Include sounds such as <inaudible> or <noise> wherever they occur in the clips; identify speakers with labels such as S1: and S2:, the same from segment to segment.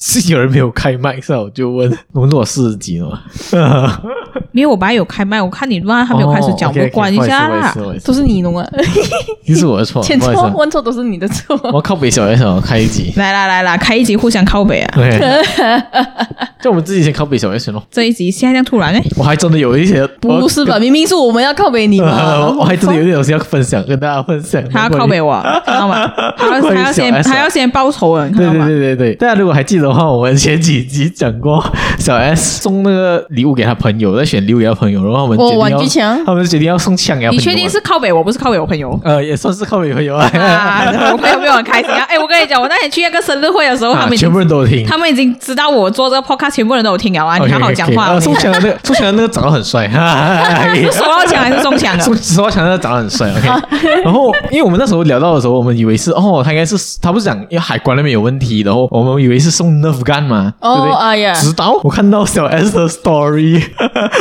S1: 是有人没有开麦，是吧？啊我就问，我们录四十集了嘛，
S2: 没有，我本来有开麦，我看你乱，还没有开始讲，
S1: 哦，OK，OK，
S2: 我管一下
S1: 不好意
S2: 啦
S1: 思。不好意思不好意思
S3: 都是你弄啊，
S1: 其实我的错，
S2: <laughs>
S3: 千
S1: 不好意
S3: 错
S1: 思啊，
S3: 哦万错都是你的错。
S1: 我靠北小 S 啊，开一集
S2: 来来来来，开一集互相靠北啊！ <laughs>
S1: ，OK，就我们自己先靠北小 S 咯。
S2: 这一集现在这样突然哎，
S1: 我还真的有一些，
S3: 不是吧？明明是我们要靠北你
S1: <laughs>
S3: 嘛。
S1: 我还真的有一些东西要分享，跟大家分享。
S2: 啊他要靠北我，啊
S1: <laughs>
S2: 看到吗？还要
S1: 关于
S2: 还要
S1: 小
S2: 先
S1: S 啊
S2: 还要先报仇啊，你看
S1: 对
S2: 到
S1: 对
S2: 吗？
S1: 对对对，大家如果还记得的话，我们前几集讲过小 S 送那个礼物给他朋友，在选礼物给他朋友，然后我们决
S3: 我
S1: 定要
S3: 玩具枪
S1: 他们决定要送枪给他朋
S2: 你
S1: 友。
S2: 确定是？靠北我，不是靠北我朋
S1: <laughs>
S2: 友？
S1: 呃，也算是靠女朋友啊。
S2: 啊，我朋友没有很开心啊！哎，我跟你讲，我那天去那个生日会的时候，他
S1: 啊
S2: 们已经
S1: 全部人都有听。
S2: 他们已经知道我做这个 podcast，全部人都有听了啊！你
S1: OK，
S2: 好好讲
S1: OK，OK
S2: 话
S1: 呃
S2: 哦。 <laughs>
S1: 宋强的那个，宋强的那个长得很帅，
S2: 是手要强还是中强啊？
S1: 宋宋强那个长得很帅。OK，然后因为我们那时候聊到的时候，我们以为是哦，他应该是他不是讲因为海关那边有问题，然后我们以为是送 Nerf gun 嘛，对不
S3: 哦，
S1: 对？
S3: 哎呀，
S1: 直到我看到小 S 的 story，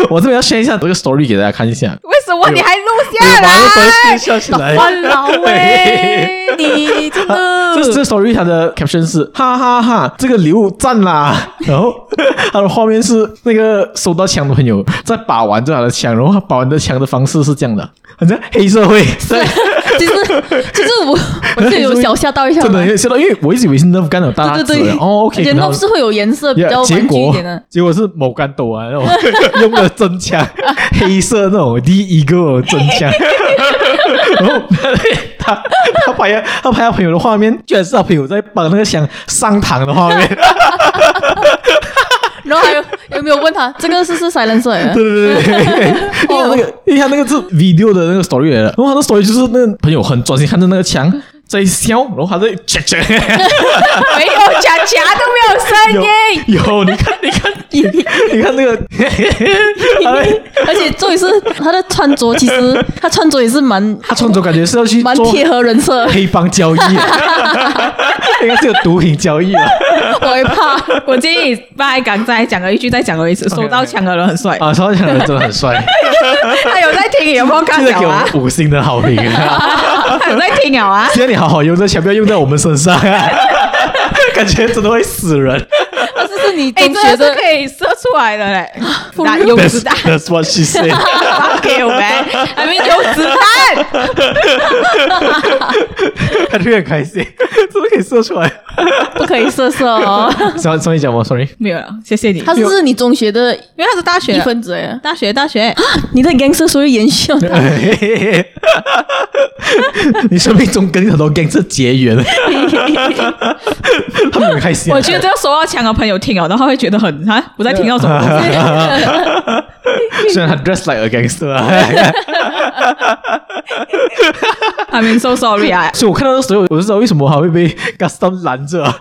S1: 我这边要 share 一下这个 story 给大家看一下。
S2: 为什么你还录
S1: 我
S2: 下
S1: 把这个 story
S2: 来？欸
S1: 笑起
S2: <laughs>
S1: 来。
S3: 哇老喂，你真的
S1: <laughs> 这这 story 它的 caption 是哈哈哈这个礼物赞啦，然后它的画面是那个收到枪的朋友在把玩着他的枪，然后他把玩的枪的方式是这样的，好像黑社会在。
S3: 其实其实我我啊是有小吓到一下
S1: 真
S3: 嘛
S1: <laughs> 的，有笑到，因为我一直以为是 nerf gun 有大
S3: 对
S1: 子
S3: 对对，
S1: 哦
S3: 而
S1: ，OK，
S3: 且
S1: 然后
S3: Nob 是会有颜色比
S1: Yeah，
S3: 较
S1: 结
S3: 玩具一
S1: 果
S3: 点的。
S1: 结果是某干斗啊，那种用的真枪，黑色那种第一个真枪，然后他他拍他他拍他朋友的画面，居然是他朋友在帮那个枪上膛的画面，
S3: 然后还有有没有问他 <laughs> 这个是是 silencer
S1: <laughs>
S3: 来的？
S1: 对对对对对，因为那个因为他那个是 video 的那个 story 来的，然后他的 story 就是那个朋友很专心看着那个枪在笑，然后他在
S2: 没有夹夹都没有声
S1: 有
S2: 音。
S1: 有，你看你看你你看那个，他在
S3: 而且重点是他的穿着，其实他穿着也是蛮
S1: 他穿着感觉是要去
S3: 蛮
S1: 做
S3: 贴合人
S1: <laughs>
S3: 设，
S1: 黑帮交易，应该是有毒品交易啊！
S3: 我会怕。
S2: 我建议你把刚才讲了一句，再讲了一次。
S1: OK，OK
S2: 手到强的人很帅，
S1: 啊，超强人真的很帅，
S2: 他有在听，有没有看
S1: 记得
S2: 到
S1: 给
S2: 啊？
S1: 我五星的好评
S2: <laughs>
S1: 啊！
S2: 他有在听了啊？
S1: 希望你好好用这枪，不要用在我们身上啊！ <laughs> 感觉真的会死人。
S3: 但是是你
S2: 哎，
S3: 中学
S2: 这
S3: 的
S2: 个是可以射出来的嘞，打有子
S1: That's
S2: 弹
S1: that's what she said。
S2: ，fuck you
S3: <laughs>
S2: man，还没有子弹，
S1: 他就很开心，怎么可以射出来？
S2: <laughs>
S3: 不可以色色哦。
S1: 上上一讲吗？Sorry，
S2: 没有了，谢谢你，
S3: 他是你中学的
S2: 因为他是大学
S3: 一
S2: 的，
S3: 分子哎，
S2: 大学
S1: <laughs>
S2: 大学，
S3: 你的 gangster 所以延续了他。
S1: <laughs> 你生命中跟很多 gang 是结缘，他们很开心啊。
S2: 我觉得手到强的朋友听了，然后会觉得很啊，我在听到什么
S1: <laughs>
S2: 东西？
S1: 虽然他 dress like a gangster 啊。
S2: <laughs> I mean so sorry
S1: <laughs>
S2: 啊，
S1: 所以我看到的时候，我就知道为什么他会被 <laughs> Gaston 拦着、啊，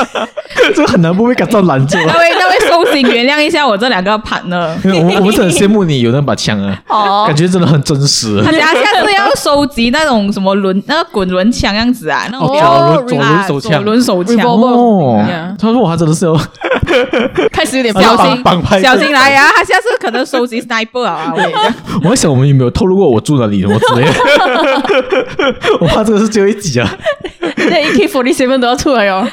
S1: <laughs> 这个很难不被 Gaston 拦住、
S2: <laughs> 那
S1: 啊。
S2: 位那位收心原谅一下我这两个 partner。
S1: 因为我们我们是很羡慕你有那把枪啊，
S3: 哦
S1: 感觉真的很真实。 <laughs> 啊
S2: 他家下次要收集那种什么轮，那个滚轮枪样子啊，那种
S1: 哦，
S2: 比
S1: 左轮左
S2: 较
S1: 轮
S2: 啊
S1: 手
S2: 左
S1: 枪，
S2: 轮手枪。
S3: Revolver
S1: 哦
S3: Yeah，
S1: 他说我他真的是有哦
S3: 开始有点
S1: 他
S3: 小
S1: <laughs> 要
S2: 小
S1: 帮
S2: 心
S1: 帮派
S2: 小心来呀、他下次可能收集
S1: <laughs>
S2: sniper 啊，我跟你讲
S1: 我在想，我们有没有透露过我住哪里什么之类的？ <laughs> 我怕这个是最后一集啊。
S3: 那 AK forty seven 都要出来哦。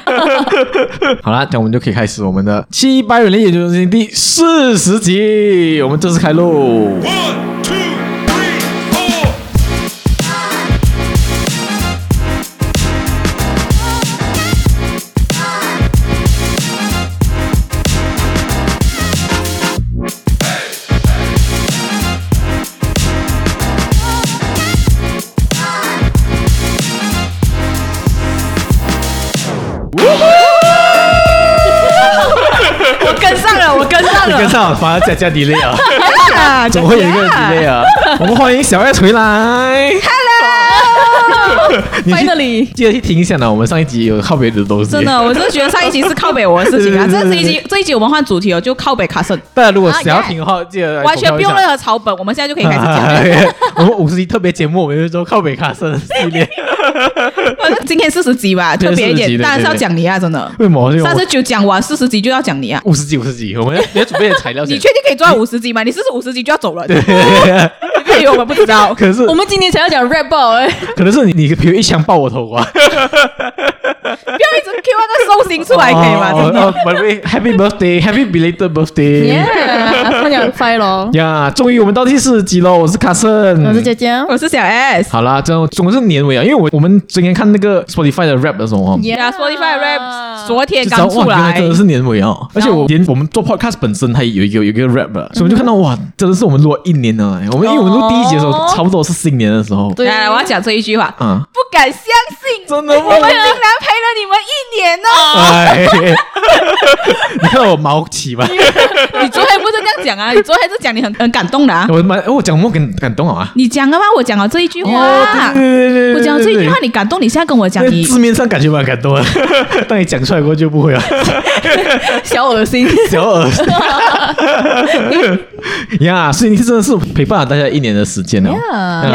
S1: 好啦，这样我们就可以开始我们的七百人类研究中心第四十集，我们正式开喽。
S2: <laughs>
S4: One, two, three, four.
S2: 我跟上了，我跟
S1: <laughs>
S2: 上
S1: 你跟
S2: 了，
S1: 上，反而加加 delay 啊，
S2: 啊 <laughs>
S1: 怎么会有一个人 delay 啊？ <laughs> 我们欢迎小爱回来。 <laughs> 你去
S3: Finally，
S1: 记得去听一下呢，我们上一集有靠别的东西。
S2: 真，的，我真的觉得上一集是靠北我的事
S1: <laughs>
S2: 情啊，
S1: 对对对
S2: 这
S1: 对
S2: 一集这一集我们换主题哦，就靠北卡森，
S1: 大家如果想要听的话，记得来
S2: 啊完全不用任
S1: <laughs> 投
S2: 何草本，我们现在就可以
S1: 票
S2: 开
S1: 一
S2: 始
S1: <laughs> 下。
S2: 讲。
S1: 我们五十集特别节目，我们就说靠北卡森系列。
S2: 反 <laughs> 正今天四十集吧，
S1: 哎今
S2: 特
S1: 天
S2: 别一
S1: 40集
S2: 点，
S1: 对
S2: 当然是要
S1: 对对
S2: 讲你啊，真的。
S1: 为什么？
S2: 上次就讲完四十集就要讲你啊，
S1: 五十集，五十集，我们要要准备点材料先。
S2: 你确定可以做到五十集吗？你四十五十集就要走了，你不要以为我们不知道。 <laughs>
S1: 可是 <laughs>
S3: 我们今天才要讲 rap 爆哎，
S1: 可能是你你的朋友一枪爆我头啊！
S2: 不要一直 Q 那个寿星出来可以吗？真的
S1: 哦哦哦 by the way, Happy birthday，Happy belated birthday！
S3: Yeah，快点快咯！
S1: 呀，终于我们到第四十集了，我是卡森，
S3: 我是姐姐，
S2: 我是小 S。
S1: 好啦，这样总是年尾啊，因为我我们今天看那个 Spotify 的 rap 的时候哦，
S2: Yeah, Spotify
S5: 啊
S2: rap 昨天
S1: 就知道
S2: 刚
S1: 哇，
S2: 出
S1: 原来
S2: 来，
S1: 真的是年尾哦，而且我连我们做 podcast 本身它也有有有一个 rap
S2: 嗯
S1: 了，所以我们就看到哇，真的是我们录了一年了，哎我们因为我们录第一集的时候，
S3: 哦
S1: 差不多是新年的时候，
S3: 对，
S2: 哎来来，我要讲这一句话，
S1: 啊，
S2: 不敢相信，
S1: 真的吗
S2: 我们竟然陪了你们一年哦！
S1: 哎，你看我毛起
S2: <laughs>
S1: 吧，
S2: 你昨天不是这样讲啊？你昨天是讲你很很感动的啊？
S1: 我蛮我讲我感感动啊，
S2: 你讲了吗？我讲了这一句话，
S1: 哦，对对对对对对，
S2: 我讲了这一句话，
S1: 对。
S2: 你感动，你现在跟我讲，
S1: 那
S2: 你
S1: 字面上感觉蛮感动的， <laughs> 当你讲出来过后就不会了。
S2: 小恶心。
S1: <laughs> 小耳
S2: <laughs>
S1: 朵。呀，所以你真的是陪伴了大家一年的时间了。
S3: Yeah
S1: 啊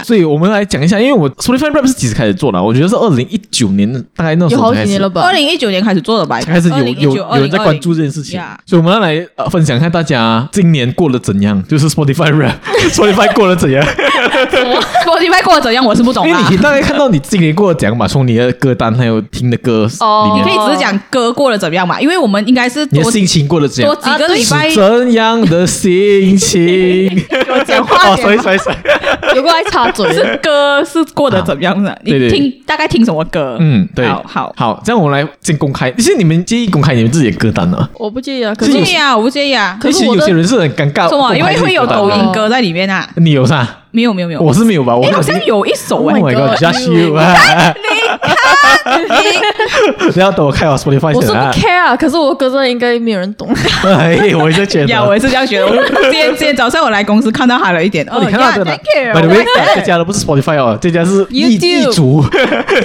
S2: Yeah
S1: 所以我们来讲一下，因为我 Spotify Rap 是几时开始做的啊？我觉得是二零一九年，大概那时
S3: 有
S1: 候
S3: 好
S1: 才
S3: 几
S1: 开始
S3: 年了。吧
S1: <laughs>
S2: 二？零一九年开始做的吧，
S1: 才开始有
S2: 2019
S1: 有有人在关。注这件事情
S2: Yeah
S1: 所以我们要来、呃、分享一下大家今年过得怎样，就是
S2: <laughs>
S1: Spotify Rap，Spotify 过得怎样？
S2: Spotify 过得怎 <laughs> 样，我是不懂啊
S1: 因为
S2: 啦。
S1: 你大概看到你今年过得怎样嘛，从你的歌单还有听的歌
S3: 哦
S1: 里
S2: 你
S1: 面
S2: 可以只是讲歌过得怎么样嘛？因为我们应该是
S1: 你的
S2: 多
S1: 心情过得怎
S2: 多
S1: 样？
S2: 几个礼拜
S1: 啊是怎样的心
S2: <laughs>
S1: 情？ <laughs>
S3: 我讲
S1: 哦，
S3: 话
S1: 所以所以所以，
S3: 有过来插嘴的，
S2: 是歌是过得怎么样的？
S1: 啊对
S2: 你
S1: 对
S2: 听大概听什么歌？
S1: 嗯，对，
S2: 好好
S1: 好，这样我们来先公开。其实你们介意公开你们自己的歌单呢？
S3: 我不介意啊，可
S2: 不
S3: 是
S1: <laughs>
S2: 介意啊，我不介意啊。
S3: 可是
S1: 其实
S3: 我
S1: 有
S3: 的
S1: 些人是很尴尬，
S2: 什么？啊
S1: 公
S2: 因
S1: 啊开
S2: 为
S1: 自己
S2: 会有
S1: 的歌单
S2: 抖
S1: 的
S2: 音歌在里面啊？
S1: 你有啥？
S2: 没有没有没有，
S1: 我是没有吧？我
S2: 哎，好像有一首
S1: Oh
S2: 哎
S1: my god, just you <laughs> 啊！不要等我开我 Spotify
S3: 我是
S1: 先
S3: 不
S1: 啊！
S3: care 啊，可是我歌真的应该没有人
S2: <laughs>
S3: 懂。
S1: <laughs> 哎，我就觉得
S2: 呀，我也是这样觉得。我今天今天早上我来公司看到他了一点，
S1: 哦
S2: 哦，
S1: <laughs> 你看到这个
S2: yeah,，Thank you，
S1: by the
S2: <laughs>
S1: way，
S2: 我来
S1: 这家的不是 Spotify 哦，这家是异
S3: YouTube
S1: 异
S2: <laughs>
S1: 族，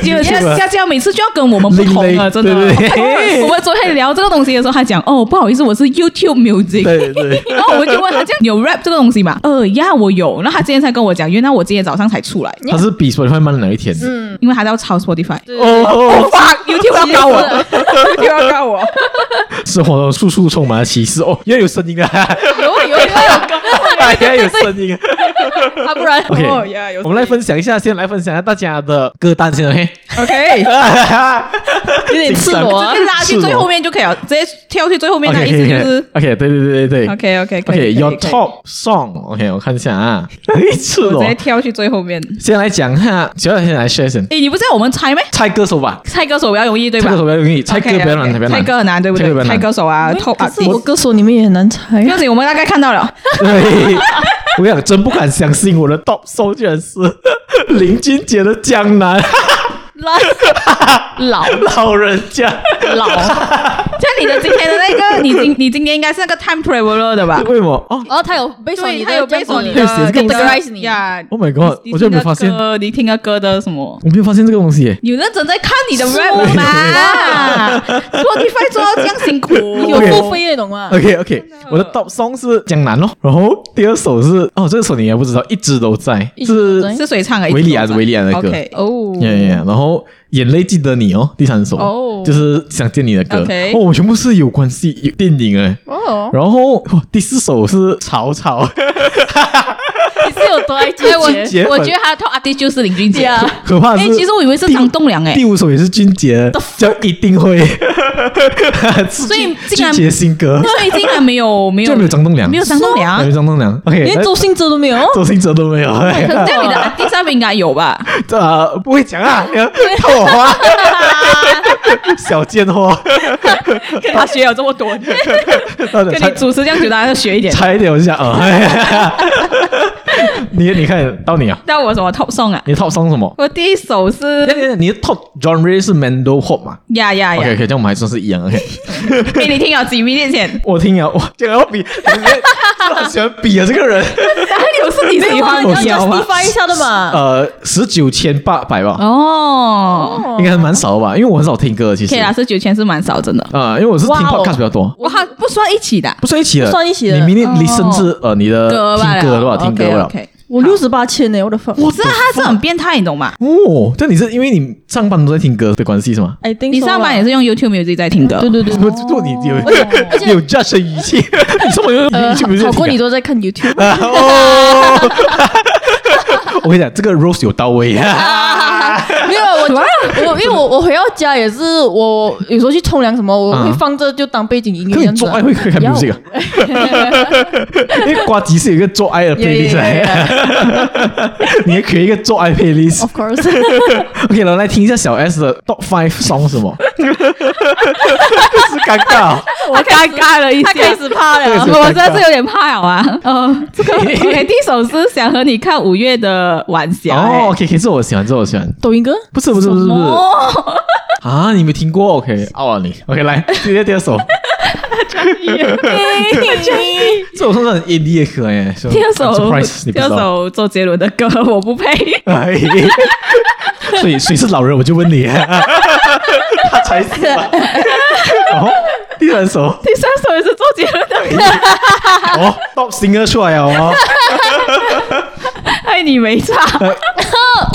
S2: 就
S1: 吧
S2: 是夏娇每次就要跟我们不同了，真的。
S1: 另类对对对
S2: 我们昨天聊这个东西的时候，他讲哦，不好意思，我是 YouTube Music。
S1: 对
S2: <laughs>
S1: 对。
S2: 然后我就问他，这样有 rap 这个东西吗？呃呀，我有。然后他今天才跟我讲，原来我今天早上才出来，
S1: 他是比 Spotify 慢了一天。
S2: 因为他要抄 Spotify。
S3: 嗯对
S1: 哦，
S2: 哇，YouTube 要
S3: <laughs>
S2: 告我，YouTube 要告我。
S1: 生活中处处充满了歧视哦，要有声音啊！
S2: <laughs>
S3: 有有有有，
S1: <laughs> 大家有声音啊！
S3: 啊不然
S1: <laughs> OK，
S2: 哦呀有
S1: 我们来分享一下，先来分享一下大家的歌单先，OK？
S2: <laughs>
S3: <laughs>
S2: OK，
S3: 有点赤裸 <laughs> 啊
S2: 直。接拉去最后面就可以了，直接跳去最后面的意
S1: <laughs>
S2: 思就是
S1: OK，对对对对对。
S2: OK OK
S1: OK，Your top song，OK，我看一下
S2: <laughs>
S1: 啊，哎，赤
S2: 我
S1: 裸
S2: 直接。跳去最后面。
S1: 先来讲一下，主要先来 share 先，
S2: 诶，你不是要我们猜咩？
S1: 猜歌手吧，
S2: 猜歌手比较容易对
S1: 猜
S2: 吧
S1: 歌？手比较容易，猜歌啊
S2: OK，OK，
S1: 比较难，比较难。
S2: 猜歌很难对不
S1: 猜歌比
S2: 对？
S1: 较
S2: 猜
S1: 难
S2: 歌手啊，top
S3: 可是
S2: artist
S3: 我歌手你们也很难猜啊
S2: 不， <laughs> 要紧，我们大概看
S3: <laughs>
S2: 到了。 <laughs>
S1: 对，我跟你讲，真不敢相信我的 top song 居然是 <laughs> 林俊杰的《江南》， <laughs>
S3: 老
S1: 老人家，
S2: <laughs>
S3: 老。
S2: 像你的今天的那个，你今你今天应该是那个 time traveler 的吧？
S1: 为什么？哦
S3: 然后他有背手
S2: 对，
S3: 你的，
S2: 他有背手你的
S1: 对写这个
S3: categorize 你
S2: 呀。
S1: ，Oh my God，
S2: 你
S1: 我就没有
S2: 听的
S1: 发现，
S2: 歌你听的歌的什么？
S1: 我没有发现这个东西耶。
S2: 你有认真在看你的 <laughs> rap <laughs> 吗？Spotify 做到这样辛苦，
S3: 有
S1: OK
S3: 付费的懂
S2: 啊
S3: 吗？
S1: OK OK，我
S2: 哦
S1: 的 top song 是江南咯，然后第二首是哦，这个首你应该不知道，一直都在，
S3: 一直
S1: 是
S3: 都在
S2: 是谁唱的？
S1: 维利亚是维啊利亚的歌
S2: OK，
S3: 哦
S1: 耶耶，
S2: 嗯
S1: 然后眼泪记得你哦，第三首
S3: 哦
S1: 就是想见你的歌
S2: OK
S1: 哦，全部是有关系有电影诶，
S3: 哦，
S1: 然后、哦第四首是草草，
S3: 你是有多爱季
S2: 哎，我
S3: 节？
S1: 杰粉
S2: 我觉得他的 top artist 就是林俊杰。
S3: 啊
S2: 哎，
S1: 可怕的是，
S2: 其实我以为是
S1: 第五
S2: 张栋梁哎，
S1: 第五首也是俊杰的，叫一定会，所 <laughs>
S2: 以竟
S1: 俊
S2: 然
S1: 杰新歌
S2: 所以竟然没有没
S1: 就
S2: 有
S1: 没有张栋梁，
S2: 没有张栋梁
S1: 没。 <laughs> 有张栋梁，OK，
S3: 连
S1: 那
S3: 周信哲都没有。
S2: 哦
S1: 周星哲都没有。
S2: 可是你的第三名应该
S1: <laughs>
S2: 有吧？
S1: 这、呃、不会讲啊，你要套我话，小贱货，
S2: 他学有这么多，
S1: <laughs>
S2: 跟
S1: 差点差
S2: 主持这样觉得还是学一点。
S1: 差一点我就想，呃，你你看到你啊，
S2: 那我什么 top song 啊？
S1: 你的 top song 什么？
S2: 我第一首是
S1: 那个你的 top genre 是 Mando Pop 嘛
S2: 呀哎呀
S1: ？OK
S2: 呀！
S1: OK，这样我们还算是一样 OK。
S2: 给你听了啊几年 <laughs> 前，
S1: 我听啊，哇，这个要比，我很喜欢比啊，这个人，
S2: 有是哎你喜欢
S3: 你
S2: 的
S1: 我
S3: 要
S1: 喜欢
S3: 어, justify 一下的嘛。
S1: 呃，十九千八百吧，
S2: 哦。
S1: 应该蛮少吧，因为我很少听歌，其实
S2: K 啦，，是啊九千是蛮少，真的。
S1: 呃，因为我是听
S3: 哇哦
S1: podcast 比较多，
S2: 哇，不算一起的
S1: 不算一起的，
S3: 不算一起的
S1: 你明天
S2: 哦
S1: listen 是呃你的
S2: 歌吧
S1: 听
S2: 了？
S1: 歌的话，听歌了。
S2: OK，
S3: 我六十八千呢，我的粉。
S2: 我知道他是很变态，你懂吗？
S1: 哦，但你是因为你上班都在听歌的关系是吗？
S3: I think
S2: 你
S3: so
S2: 上班
S3: 啦
S2: 也是用 YouTube Music 在听歌
S3: 对。对对
S1: <laughs> 我，做你有
S3: 而且
S1: 有 judge 的语气， <laughs> 你上班有
S3: 呃，
S1: 语气不是
S3: 好
S1: 在
S3: 好过你
S1: <laughs> 听
S3: 都在看 YouTube，
S1: 啊？哦， <laughs> 我跟你讲，这个 Rose 有到位啊，
S5: 没有
S3: 뭐,
S5: 我我
S3: 어,
S5: 因为我我回到家也是我有时候去冲凉什么，我
S3: 뭐,
S1: 嗯
S5: 会放这就当背
S1: <laughs>
S5: 景音乐
S1: 可
S5: 这
S1: 以
S5: 样子
S1: 做
S5: 啊。
S1: 爱会看 music 啊，因为瓜吉 <laughs> 是有一个做爱的 playlist，来
S5: yeah,
S1: <laughs> 你还可以一个做爱 playlist。
S3: Of course， <laughs>
S1: OK 了，来听一下小 S 的 Top Five Song 是什么？ <laughs> 是尴尬哦，
S2: 我尴尬了一下，
S5: 他开始怕
S1: 这个
S5: 了。
S1: 是
S2: 我
S1: 尴
S2: 真的是
S1: 尬。
S2: 有点怕了啊。哦，这个 OK，第一首是想和你看五月的晚霞、欸。
S1: 哦，OK，可以，这我喜欢，这我喜欢。
S5: 抖音歌，
S1: 不是不是不是不是 <laughs>
S2: 哦， <laughs>
S1: 啊！你没听过？OK，out 了你。OK，来，直接第
S2: <laughs>
S1: 二首，这首算是很 indie 的歌哎。So,
S2: 第二
S1: I'm
S2: 首
S1: surprised 你，不知
S2: 第二
S1: 道。
S2: 首周杰伦的歌我不配。
S1: 哎，所以谁是老人，我就问你， <laughs> 他才是吧。
S2: <laughs>
S1: 哦，第三首，
S2: 第三首也是周杰伦的歌，
S1: 哦，Top Singer 出来了
S2: <laughs>
S1: 哦。
S2: 爱你
S1: <laughs>
S2: 没差。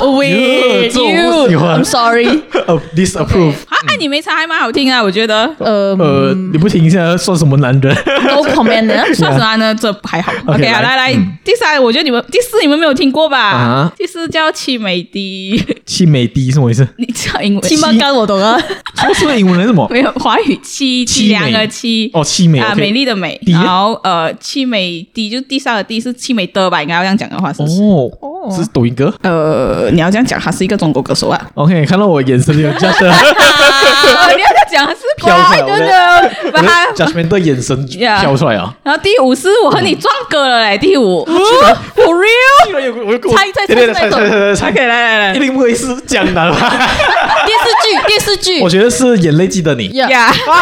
S1: 哟
S3: 어,
S5: With
S1: 这我不喜
S5: you，
S1: 欢
S5: I'm sorry，
S1: 呃，disapprove。
S2: 啊，爱你没差还蛮好听啊，我觉得。
S1: 어,
S5: 呃
S1: 呃，
S2: 嗯
S3: 음,
S1: 你不听一下算什么男人？
S5: ，no comment 呢。
S2: 算是啊，呢这还好。
S1: OK，
S2: OK 啊，
S1: 来
S2: 来来
S1: 嗯，
S2: 第三，我觉得你们第四你们没有听过吧
S1: 啊？
S2: 第四叫戚美的， <laughs>
S1: 气美低是什么意思？
S2: 你知道英文
S5: 亲妈干我懂啊，
S1: 什么是不是英文还是
S2: <laughs>
S1: 什么？
S2: 没有华语七
S1: 凄美
S2: 凄凉的凄
S1: 哦，气美
S2: 啊，
S1: OK
S2: 美丽的美，
S1: 的
S2: 然后呃，凄美的就是第三个的是凄美的吧，应该要这样讲的话是不是？
S1: 哦，是抖音歌。
S2: 呃，你要这样讲，他是一个中国歌手
S1: <laughs>
S2: 啊。
S1: OK，看到我眼神里有 judge
S2: 啊，你要这样讲，他是
S1: 飘出来 <laughs>
S2: 对
S1: 我在
S2: 对， <laughs> 把他。
S1: judgment 的眼神
S2: Yeah
S1: 飘出来啊！
S2: 然后第五是我和
S1: 嗯
S2: 你撞歌了嘞，第五，for real。
S1: 居然有哎我有
S5: 猜猜
S1: 对对对
S5: 猜
S1: 猜
S5: 猜
S1: 猜猜猜
S2: OK，
S1: 猜，
S2: 来来
S1: 一
S2: 来
S1: 定不会是江南 <laughs> 吧？
S5: 电视剧电视剧
S1: 我觉得是眼泪记得
S2: <laughs>
S1: 你。
S5: 呀，
S2: 呀！哦，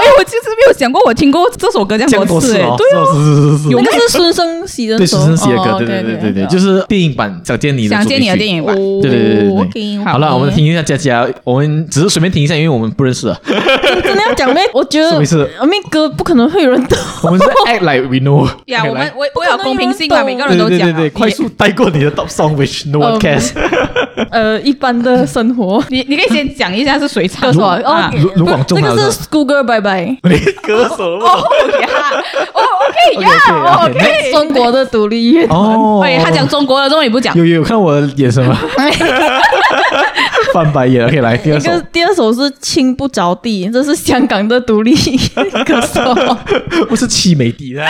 S2: 哎，我其实没有想过，我听过这首歌这
S1: 这样
S2: 样
S1: 多
S2: 次，
S1: 次
S2: 哎
S1: 哦，
S2: 对哦，
S1: 是是是是是，
S5: 那个是孙生喜的
S1: 对
S5: 手
S1: 孙生写的
S5: 哦
S3: 어,
S1: 歌，对对对对对，就是电影版《想见你》的
S2: 想
S1: 主题
S2: 见你的
S1: 曲
S2: 电影吧。
S5: 哦
S1: 对对对对对
S3: 어.
S5: OK，
S1: 好了，我们听一下佳佳，我们只是随便听一下，因为我们不认识
S2: <laughs>
S1: 啊，
S5: 真的要讲咩？我觉得
S1: 什么意思
S5: 我们歌不可能会有人
S1: <laughs>
S5: 懂。
S1: 我们是 act like we know。
S2: 呀，
S1: OK，
S2: 我们
S1: 来
S2: 我我有公平性嘛，每个人
S1: 对
S2: 都
S1: 对
S2: 讲
S1: 对
S2: 啊。
S1: 对，快
S2: 你。
S1: 速带过你的 top song which no one
S5: 嗯
S1: cares。
S5: 呃，一般的生活
S2: 你你可以先讲一下是谁唱
S5: 歌手啊
S2: 的啊
S5: 哦
S1: 卢卢广仲
S5: 这
S1: 啊
S5: 个是 School Girl Bye
S1: <laughs>
S5: Bye，
S2: <laughs>
S1: 你歌手
S2: 哦呀，哦 OK 呀哦
S1: OK，OK，OK，
S2: ，OK。
S5: 中国的独立乐团。
S1: 哦
S2: 哎，他讲中国了，中文你不
S1: <laughs>
S2: 讲
S1: 有有有看我的眼 <laughs> 神吗？翻白眼，OK，来第二
S5: 一
S1: 首
S5: 个。第二首是《亲不着地》，这是香港的独立歌手。
S1: 不是凄美的，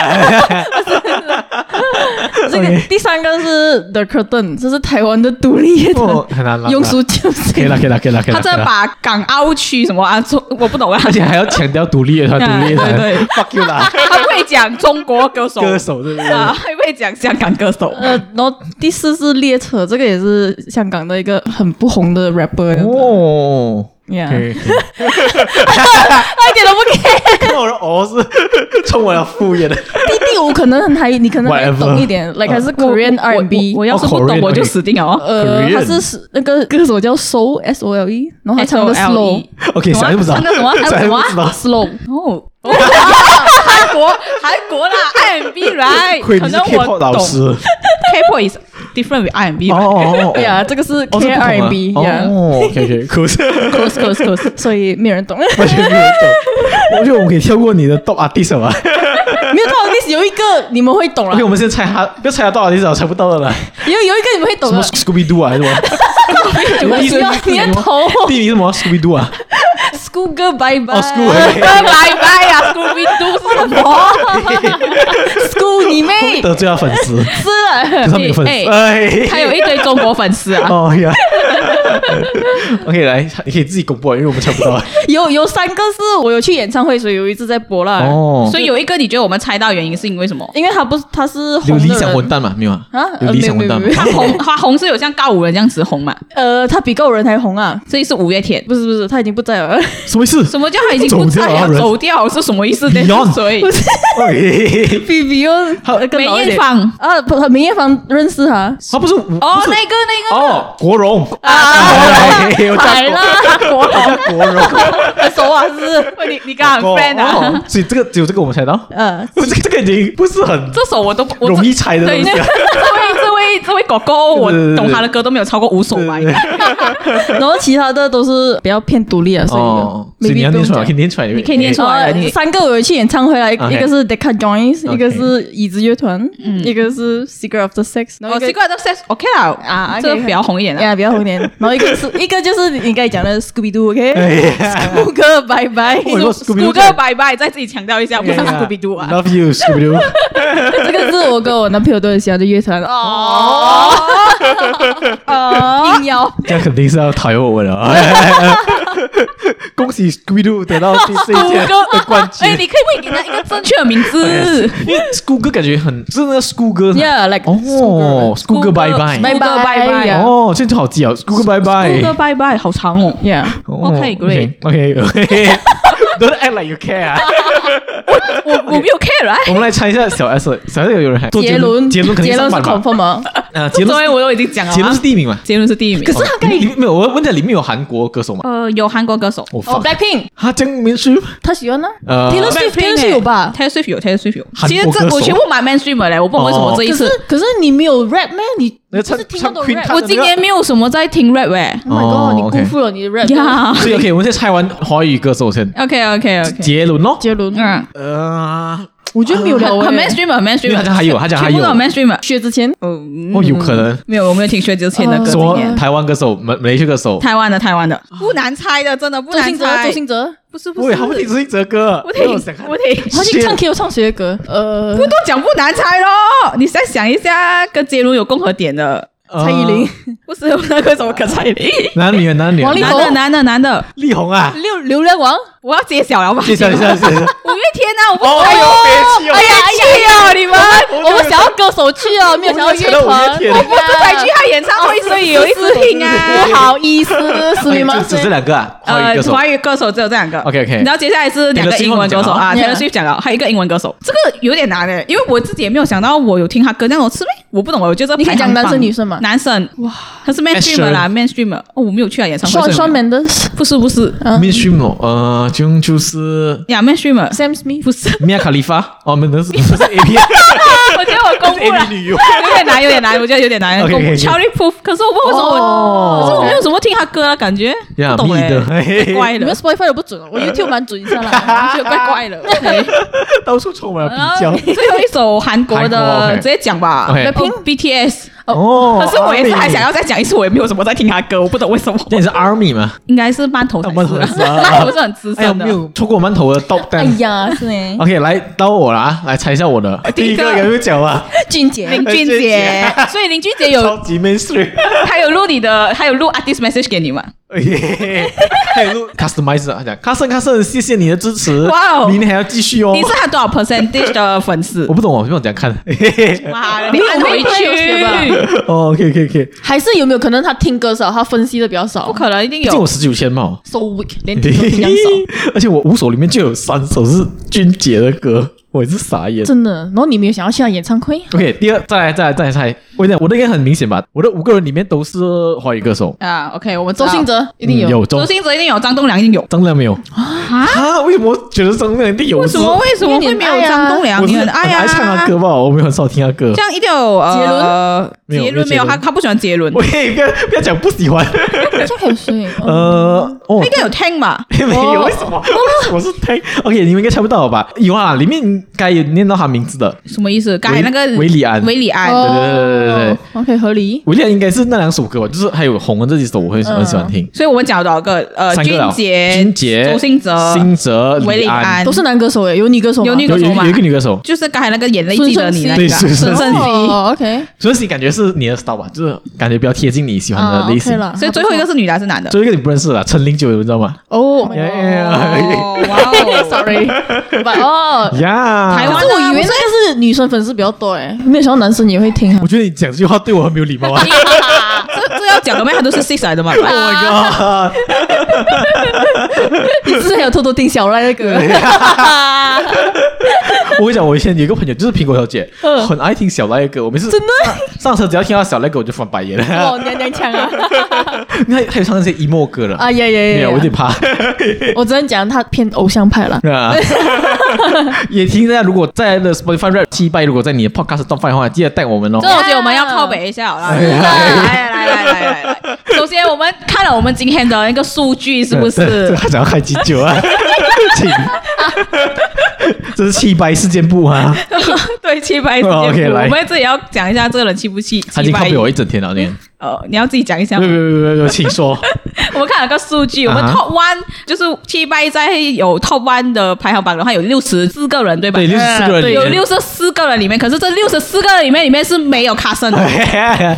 S1: <laughs>
S5: 这个
S1: OK
S5: 第三个是 The Curtain，这是台湾的独立乐
S1: 哦
S5: <laughs> 团，，
S1: 很难了。
S5: 庸俗救
S1: 可以
S5: 星
S1: 了，。可以了，可以了，可以
S2: 他
S1: 了。
S2: 这
S1: 可以了
S2: 把港澳区什么啊，中我不 <laughs> 懂啊，
S1: 而且还要强调独立乐团，独立乐团
S2: <laughs> 对对
S1: ，fuck you 啦，
S2: 他不会讲中国歌手
S1: 歌手对不对？
S2: 啊，他不会讲香港歌手。
S5: 呃，然后第四是列车，这个也是香港的一个很不红的 rapper，
S1: 哦。
S5: Yeah 哎
S1: 可以可以
S5: 他一点都不 care。
S1: 看我的哦是充满了敷衍的，
S5: 第第五可能很还你可能还
S1: Whatever
S5: 懂一点，like 还是 Korean
S2: 我我
S5: R&B
S2: 我。我要是不
S1: 哦，Korean，
S2: 懂我就死定了哦。
S5: 呃，
S1: Korean
S5: 他是是那个歌手叫 Soul S O L E，然后他唱的
S2: SOLE
S5: Slow
S1: OK，想也不知道，
S2: 唱个什么啊
S1: 想也不
S2: 还有
S1: 知道，
S5: Slow，
S2: 哦，哦韩国韩国啦，R&B right？
S1: 亏
S2: 可
S1: 你是
S2: 能
S1: K-pop
S2: 我
S1: 老
S2: 懂
S1: 师
S2: K-pop is different with R&B
S1: 哦
S2: 吧。
S1: 哦哦
S5: 对呀，这个是
S1: 哦，这
S5: K
S1: 不
S5: R
S1: 同
S5: B，
S1: 啊哦，OK OK，酷死， <laughs>
S5: ，close close close，所以没有人懂。
S1: 完全没有人懂。我觉得我们可以跳过你的 top artist 吧。
S5: 没有到的 list 有一个你们会懂了啊
S1: OK，，我们先猜他，不要猜他 top artist，啊猜不到的啦。
S5: 有有一个你们会懂
S1: 什么
S5: 的。
S1: Scooby Doo 啊，还是什么？
S5: 你
S1: 么意思
S5: 的你的头
S1: 地名是什么 Scooby Doo 啊？
S5: ，School Girl Bye Bye，
S1: 哦，Scooby，
S2: 拜拜呀，Scooby 啊 Doo
S1: <laughs>
S2: 是什么？
S5: <laughs> School 你妹，
S1: 得罪他粉丝，
S5: 是
S1: 可
S5: 了 <laughs>
S1: 是他没有粉丝。哎，
S2: 还有一堆中国粉丝啊。
S1: <laughs> 哦呀。OK，来，你可以自己公布啊，因为我们猜不到。
S5: 有有三个是我有去演唱会，所以有一次在播啦。
S1: 哦，
S2: 所以有一个你觉得我们猜到原因是因为什
S1: <laughs>
S2: 么？
S5: 因为他不是他是
S1: 有
S5: 红的
S1: 理
S5: 人
S1: 想混蛋嘛？没有啊
S5: 啊？
S1: 有
S5: 呃
S1: 理想混蛋吗
S5: 没有没有没
S2: 他
S5: 有
S2: 红，他红是有像告五人这样子红嘛？
S5: 呃，他比告人还红啊！
S2: 所以是五月天。
S5: 不是不是，他已经不在了。
S1: <laughs> 什么意思？
S2: 什么叫他已经不在
S1: <laughs> 走掉
S2: 了？
S1: 了
S2: 走掉是什么意思？
S1: Beyond
S2: 所以哦
S1: <laughs> 哎
S5: 比比又更
S2: 梅
S5: 老一
S2: 艳
S5: 点
S2: 芳。
S5: 啊，不，梅艳芳认识他。
S1: 他啊不是我
S2: 哦，
S1: <laughs> 不是
S2: 那个那个，
S1: 哦，国荣
S5: 啊 <laughs>
S1: 哎我叫
S5: 海啦，国
S1: 我叫国荣。
S5: 很熟啊，是不是？
S2: 喂 <laughs> 你你刚刚
S1: 哦
S2: friend 啊？ <laughs>
S1: 哦所以这个只有这个我们猜到， <laughs>
S5: 呃，
S1: 这个这个已经不是很
S2: 这首我都不我
S1: 容易猜的
S2: 对
S1: 东西啊。
S2: 这位这位位这位狗狗，我
S1: 对对对
S2: 懂他的歌都没有超过五首吧？应该
S5: 然后其他的都是比较偏独立的，所以
S1: 哦，
S5: maybe
S1: 所以你要
S5: 不用
S1: 念出来，
S5: 讲
S1: 可以念出来，
S2: 你可以念出来
S5: 呃
S2: 你
S5: 三个我有去演唱会啦，一
S1: OK
S5: 一个是 Decca Joins，
S1: OK
S5: 一个是椅子乐团，一个是 Secret of the Six，然
S2: 哦，
S5: 后一个
S2: 奇怪的 sex OK 啦，啊，
S5: OK，
S2: 这个比较红一啊点啦。
S5: 呀比较红一点，然后一个是一个就是你刚才讲的 Scooby Doo，OK，
S1: 哎呀
S5: 谷歌拜拜，
S1: 我说
S2: Scoo-
S1: Scooby-Doo
S2: Scooby-Doo 拜拜，再自己强调一下，不是 Scooby Doo 啊。
S1: Love you, Scooby Doo。
S5: 这个是我跟我男朋友都很喜欢的乐团哦，
S2: 哦，
S5: 硬要
S1: 这样肯定是要讨厌我们了。哎哎哎恭喜 Scooby Doo 得到第四届的冠军
S2: 哎，。你可以不可以给他一个正确的名字？
S1: 因为 School 哥感觉很是那个 School 哥是吗
S5: ，Yeah，like
S1: 哦，School 哥拜拜
S2: School girl，
S5: 拜拜
S2: 拜拜
S5: 呀
S1: 哦，现在好记哦，School 哥拜拜
S2: School girl，拜拜，好长哦。
S5: Yeah，
S1: 哦
S2: OK，great
S1: OK OK，Don't act like you care 啊。
S2: 我我没有 care 啊，
S1: 我们来猜一下小 S，小 S 有有人还做
S5: 哦杰伦
S1: 杰伦肯定
S5: 杰伦
S1: 上
S5: 是
S1: 榜吧？
S5: confirm 吗？
S1: 啊，杰
S2: <laughs> 昨
S1: 伦
S2: 天我都已经讲了啊，
S1: 杰伦是第一名嘛？
S2: 杰伦是第一名。可
S1: 哦里面没有，我问一下，里面有韩国歌手吗？
S2: 呃，有韩国歌手
S1: 我
S5: 哦
S1: 放
S5: ，Blackpink，
S1: 哈江明旭，
S5: 他喜欢呢
S1: 呃
S5: ，Taylor Swift，Taylor Swift 有吧？
S2: 哦？Taylor Swift 有，Taylor Swift 有。
S1: 韩国
S2: 其实
S1: 歌
S2: 这
S1: 手哦
S2: 我全部买 mainstream 的嘞，我不懂为什么这一
S5: 可
S2: 次
S5: 是可是你没有 rap 咩？你
S1: 那
S5: 你
S1: 唱
S5: 不是听不懂
S1: 唱 Queen
S5: rap？
S1: 他
S2: 我今年没有什么在听 rap 哎
S5: Oh my god！你
S1: 哦
S5: 辜负了你的
S2: <laughs>
S5: rap。
S2: 呀。
S1: 所以 OK，我们先猜完华语歌手先，
S2: OK OK 嗯 OK，
S1: 杰伦咯，
S5: 杰伦，
S2: 嗯，
S1: 呃，
S5: 我觉得没有
S2: <laughs>
S5: 聊
S2: 很很
S5: 欸
S2: mainstream 很
S1: 因
S2: mainstream，
S1: 为他讲还有他讲还
S2: 全
S1: 有
S2: 部都很 mainstream 啊。
S5: 薛之谦，
S2: 嗯
S1: 哦，有可能
S2: 没有，我没有听薛之谦的歌。
S5: 呃
S2: 今
S1: 说
S2: 年
S1: 台湾歌手、马马来西亚歌手，
S2: 台湾的台湾的，不难猜的，真的不
S5: 周
S2: 难
S5: 兴哲，
S2: 猜
S5: 周。兴哲，
S2: 不是不
S1: 喂，
S2: 是，
S1: 他不听周兴哲歌，
S2: 不听
S1: 我想看
S2: 不听，
S5: 他去唱
S1: Shit
S5: K 我唱谁的歌？呃，
S2: 不都讲不难猜咯？你再想一下，跟杰伦有共和点的，
S5: 蔡依林
S1: 呃，
S2: 不是那个什么可蔡依林？
S1: 男的女的啊男的女的
S5: 王力
S2: 男
S5: 宏
S2: 的男的男的，
S1: 力宏啊，
S5: 流流量王，
S2: 我要揭晓了吧？
S1: 介绍一下是，
S2: 五月天呐，我不
S1: 哦，
S2: 哎
S1: 哎呦，别气哦
S2: 哎呀，气哦你们！
S5: 哎我们想要歌手去啊，没有想要乐
S1: 我们
S5: 团
S1: 想到五月，天
S2: 我不是才去他演唱哦会，所以有一直听啊。
S1: <laughs>
S5: 不好意思，是
S1: 哎
S5: 你吗
S1: 就？只是两个啊，华语歌手，
S2: 呃华语歌手只有这两个。
S1: OK，OK
S2: 然后接下来是两个
S1: Taylor Swift
S2: 英文歌手啊
S5: Yeah
S2: ，Taylor Swift 讲了，还有一个英文歌手，这个有点难欸诶，因为我自己也没有想到我有听他歌，但我是没，我不懂，我觉得这
S5: 你可以
S2: 排行榜
S5: 讲男生女生嘛
S2: 男生哇，他是 mainstream 啦，mainstream 哦，我没有去啊演唱会，
S5: 双
S2: 所以
S5: 双
S2: 我没有
S5: Mendes，
S2: 不是不是
S5: 啊
S1: m i s h i m o 呃，就就是
S2: 呀
S5: <laughs>
S2: mainstream
S5: Sam Smith，
S2: 不是，
S1: Mia Khalifa，哦，没有，是不是 A P
S2: 我觉得我公布
S1: A
S2: 了
S1: P。女优，
S2: <laughs> 有点难，有点难，我觉得有点难。
S1: OK，OK，OK
S2: Cherry Proof，可是我不知道为什么我，
S1: 哦
S2: 可是我没有什么听他歌啊，感觉
S1: 呀
S2: 不懂
S1: 密的
S2: 哎，
S1: 嘿嘿
S2: 怪怪
S5: <laughs> 你们
S2: 的，
S5: Spotify 都不准，哦我 YouTube 蛮准一下
S1: <laughs>
S5: 啦。
S2: 就怪怪
S5: <laughs>
S2: 的。OK
S1: <laughs> 到处充满了
S2: 然
S1: 比较
S2: 后。最后一首 <laughs> 韩国
S1: 韩国
S2: 的
S1: ，OK
S2: 直接讲吧
S1: OK
S2: ，Blackpink BTS。
S1: 哦
S2: 可是我也是还想要再讲一次，我也没有什么在听他歌，我不懂为什么。
S1: 那你是 Army 吗？
S2: 应该是班头才
S1: 啊班头才
S2: 是
S1: 是
S2: <laughs>
S1: 啊
S2: 啊，班头是很资
S1: 哎呀，
S2: 深的
S1: 没。有错过馒头的 top
S5: 哎
S1: ten。
S5: 呀，是呢，
S1: OK，来到我了啊，来猜一下我的
S2: 第一个
S1: 有没有讲啊？
S5: 俊杰
S2: 林，俊
S1: 哎林俊
S2: 杰
S1: 杰，
S2: 所以林俊
S1: <laughs>
S2: 杰有
S1: 级 mainstream，
S2: 他有录你的，还有录 artist message 给你嘛？
S1: 还有录 customizer，他讲 Carson Carson，谢谢你的支持，
S2: 哇哦
S1: 明天还要继续哦
S2: 你。是他多少 percentage 的粉丝
S1: 我？不懂，我不懂讲看。 <laughs>
S2: 妈的，你按回
S5: 我没有
S2: 去
S5: 写吧。
S1: 哦，OK OK OK，
S5: 还是有没有可能他听歌少，他分析的比较少
S2: 不可能，一定
S1: 毕竟
S2: 有
S1: 我。十九千嘛，
S5: ，so weak，连听都听两首。
S1: <laughs> 而且我五首里面就有三首是俊杰的歌，我也是傻眼。
S5: 真的，然后你没有想要去他演唱会？
S1: OK，第二，再来，再来，再来猜。我讲我的应该很明显吧？我的五个人里面都是华语歌手，
S2: 啊，OK，我们知
S5: 周
S2: 道
S5: 兴，哲一定
S1: 嗯
S5: 有，
S1: 有
S2: 周
S1: 张
S2: 星哲一定有，张栋梁一定有。
S1: 张亮没有
S2: 啊？
S1: 啊？为什么觉得张亮一定有？
S2: 为什么？为什么会没有张栋梁？
S1: 我
S2: 你
S1: 是
S2: 很爱呀？
S1: 爱唱他歌吧，我没有很少听他歌
S2: 这。样一定有
S5: 杰伦
S2: 呃，
S1: 没有
S2: 杰伦
S1: 没
S2: 没
S1: 有杰
S2: 有，
S1: 伦
S2: 他他不喜欢杰伦，
S1: 我也不要不要讲不喜
S2: <laughs>
S1: 欢，
S5: 好像还有谁？呃，
S1: 呃，哦
S2: 他应，该有听吧？
S1: 没
S2: 哦
S1: 有，为什么？我是听，OK，你们应该猜不到吧？有啊，里面该有念到他名字的，
S2: 什么意思？刚才那个
S1: 维里安
S2: 维里安，
S1: 哎对对对对对
S5: 哦，OK，合理。
S1: 我念应该是那两首歌吧，就是还有红的这几首，我很喜
S5: 嗯
S1: 很喜欢听。
S2: 所以我们讲了多少个？呃，
S1: 三
S2: 俊
S1: 个了，
S2: 杰、
S1: 君杰、
S2: 周兴哲、
S1: 星哲、
S2: 呃维里
S1: 安，
S2: 安，
S5: 都是男歌手啊诶，有女歌手吗？
S2: 有女
S1: 有
S2: 歌
S1: 有
S2: 手嘛
S1: 有一个女歌手，
S2: 就是刚才那个眼泪记得你那
S1: 对
S2: 个
S1: 孙盛
S2: 孙
S1: 希
S2: 盛希。
S5: 哦，OK，
S1: 所以你感觉是你的 style 吧，就是感觉比较贴近你喜欢
S5: 啊
S1: 的类
S5: ，OK
S1: 型。
S5: 了。
S2: 哦所以最后一个是女的还是男的？
S1: 最后一个你不认识了，陈零九，你知道吗？
S5: 哦
S1: 呀呀
S2: 哦哇
S1: Oh
S2: 哦
S5: <laughs> ，sorry，哦。
S1: 呀！
S2: 台湾！
S5: 可是我以为那个是女生粉丝比较多诶，没有想到男生也会听啊
S1: 我。觉得你讲这句话对我很没有礼貌啊
S2: <laughs> 这这要讲的吗？他都是 six 来的嘛。
S1: Oh my god！<laughs>
S5: <laughs> 你之前有偷偷听小赖的歌，
S1: <laughs> 我跟你讲，我以前有一个朋友就是苹果小姐，
S2: 嗯
S1: 很爱听小赖的歌。我每次真的上车只要听到小赖歌，我就翻白眼了。
S2: 哦
S5: 哇，娘娘腔啊！
S1: <laughs> 你看，他有唱那些 emo 歌
S2: 哎
S1: 了，
S5: 啊呀呀
S1: 没有，
S5: 呀
S1: 我有点
S2: <laughs>
S5: 呀！
S1: 怕。 <laughs>
S5: 我只能讲他偏偶像派了。
S1: 啊， <laughs> 也听一下。如果在的 Spotify Rap 击败，如果在你的 Podcast Top Five 的话，记得带我们哦
S2: 这。我觉得我们要靠北一下好啦，
S1: 哎
S2: 真的，
S1: 呀
S2: 来来来来来来，首先我们看了我们今天的那个数据，是不
S1: 对对
S2: 是？
S1: 他想要开机酒
S2: <laughs>
S1: 啊？请，这是气白事件部啊！
S2: 对，气派
S1: 哦，OK，来
S2: 我们这里要讲一下这个人气不气？
S1: 他已经
S2: 气
S1: 靠
S2: 派
S1: 背？我一整天了，今天。
S2: 呃，你要自己讲一下
S1: 不
S2: 吗
S1: 不。不不不，请
S2: <laughs>
S1: 说。 <laughs>
S2: 我们看了个数据，我们
S1: 啊哈
S2: Top One 就是气派在有 Top One 的排行榜的话，有六十四个人，对吧？
S1: 对，六十四个人里面，
S2: 有六十四个人里面，可是这六十四个人里面，里面是没有卡森的。
S1: 哎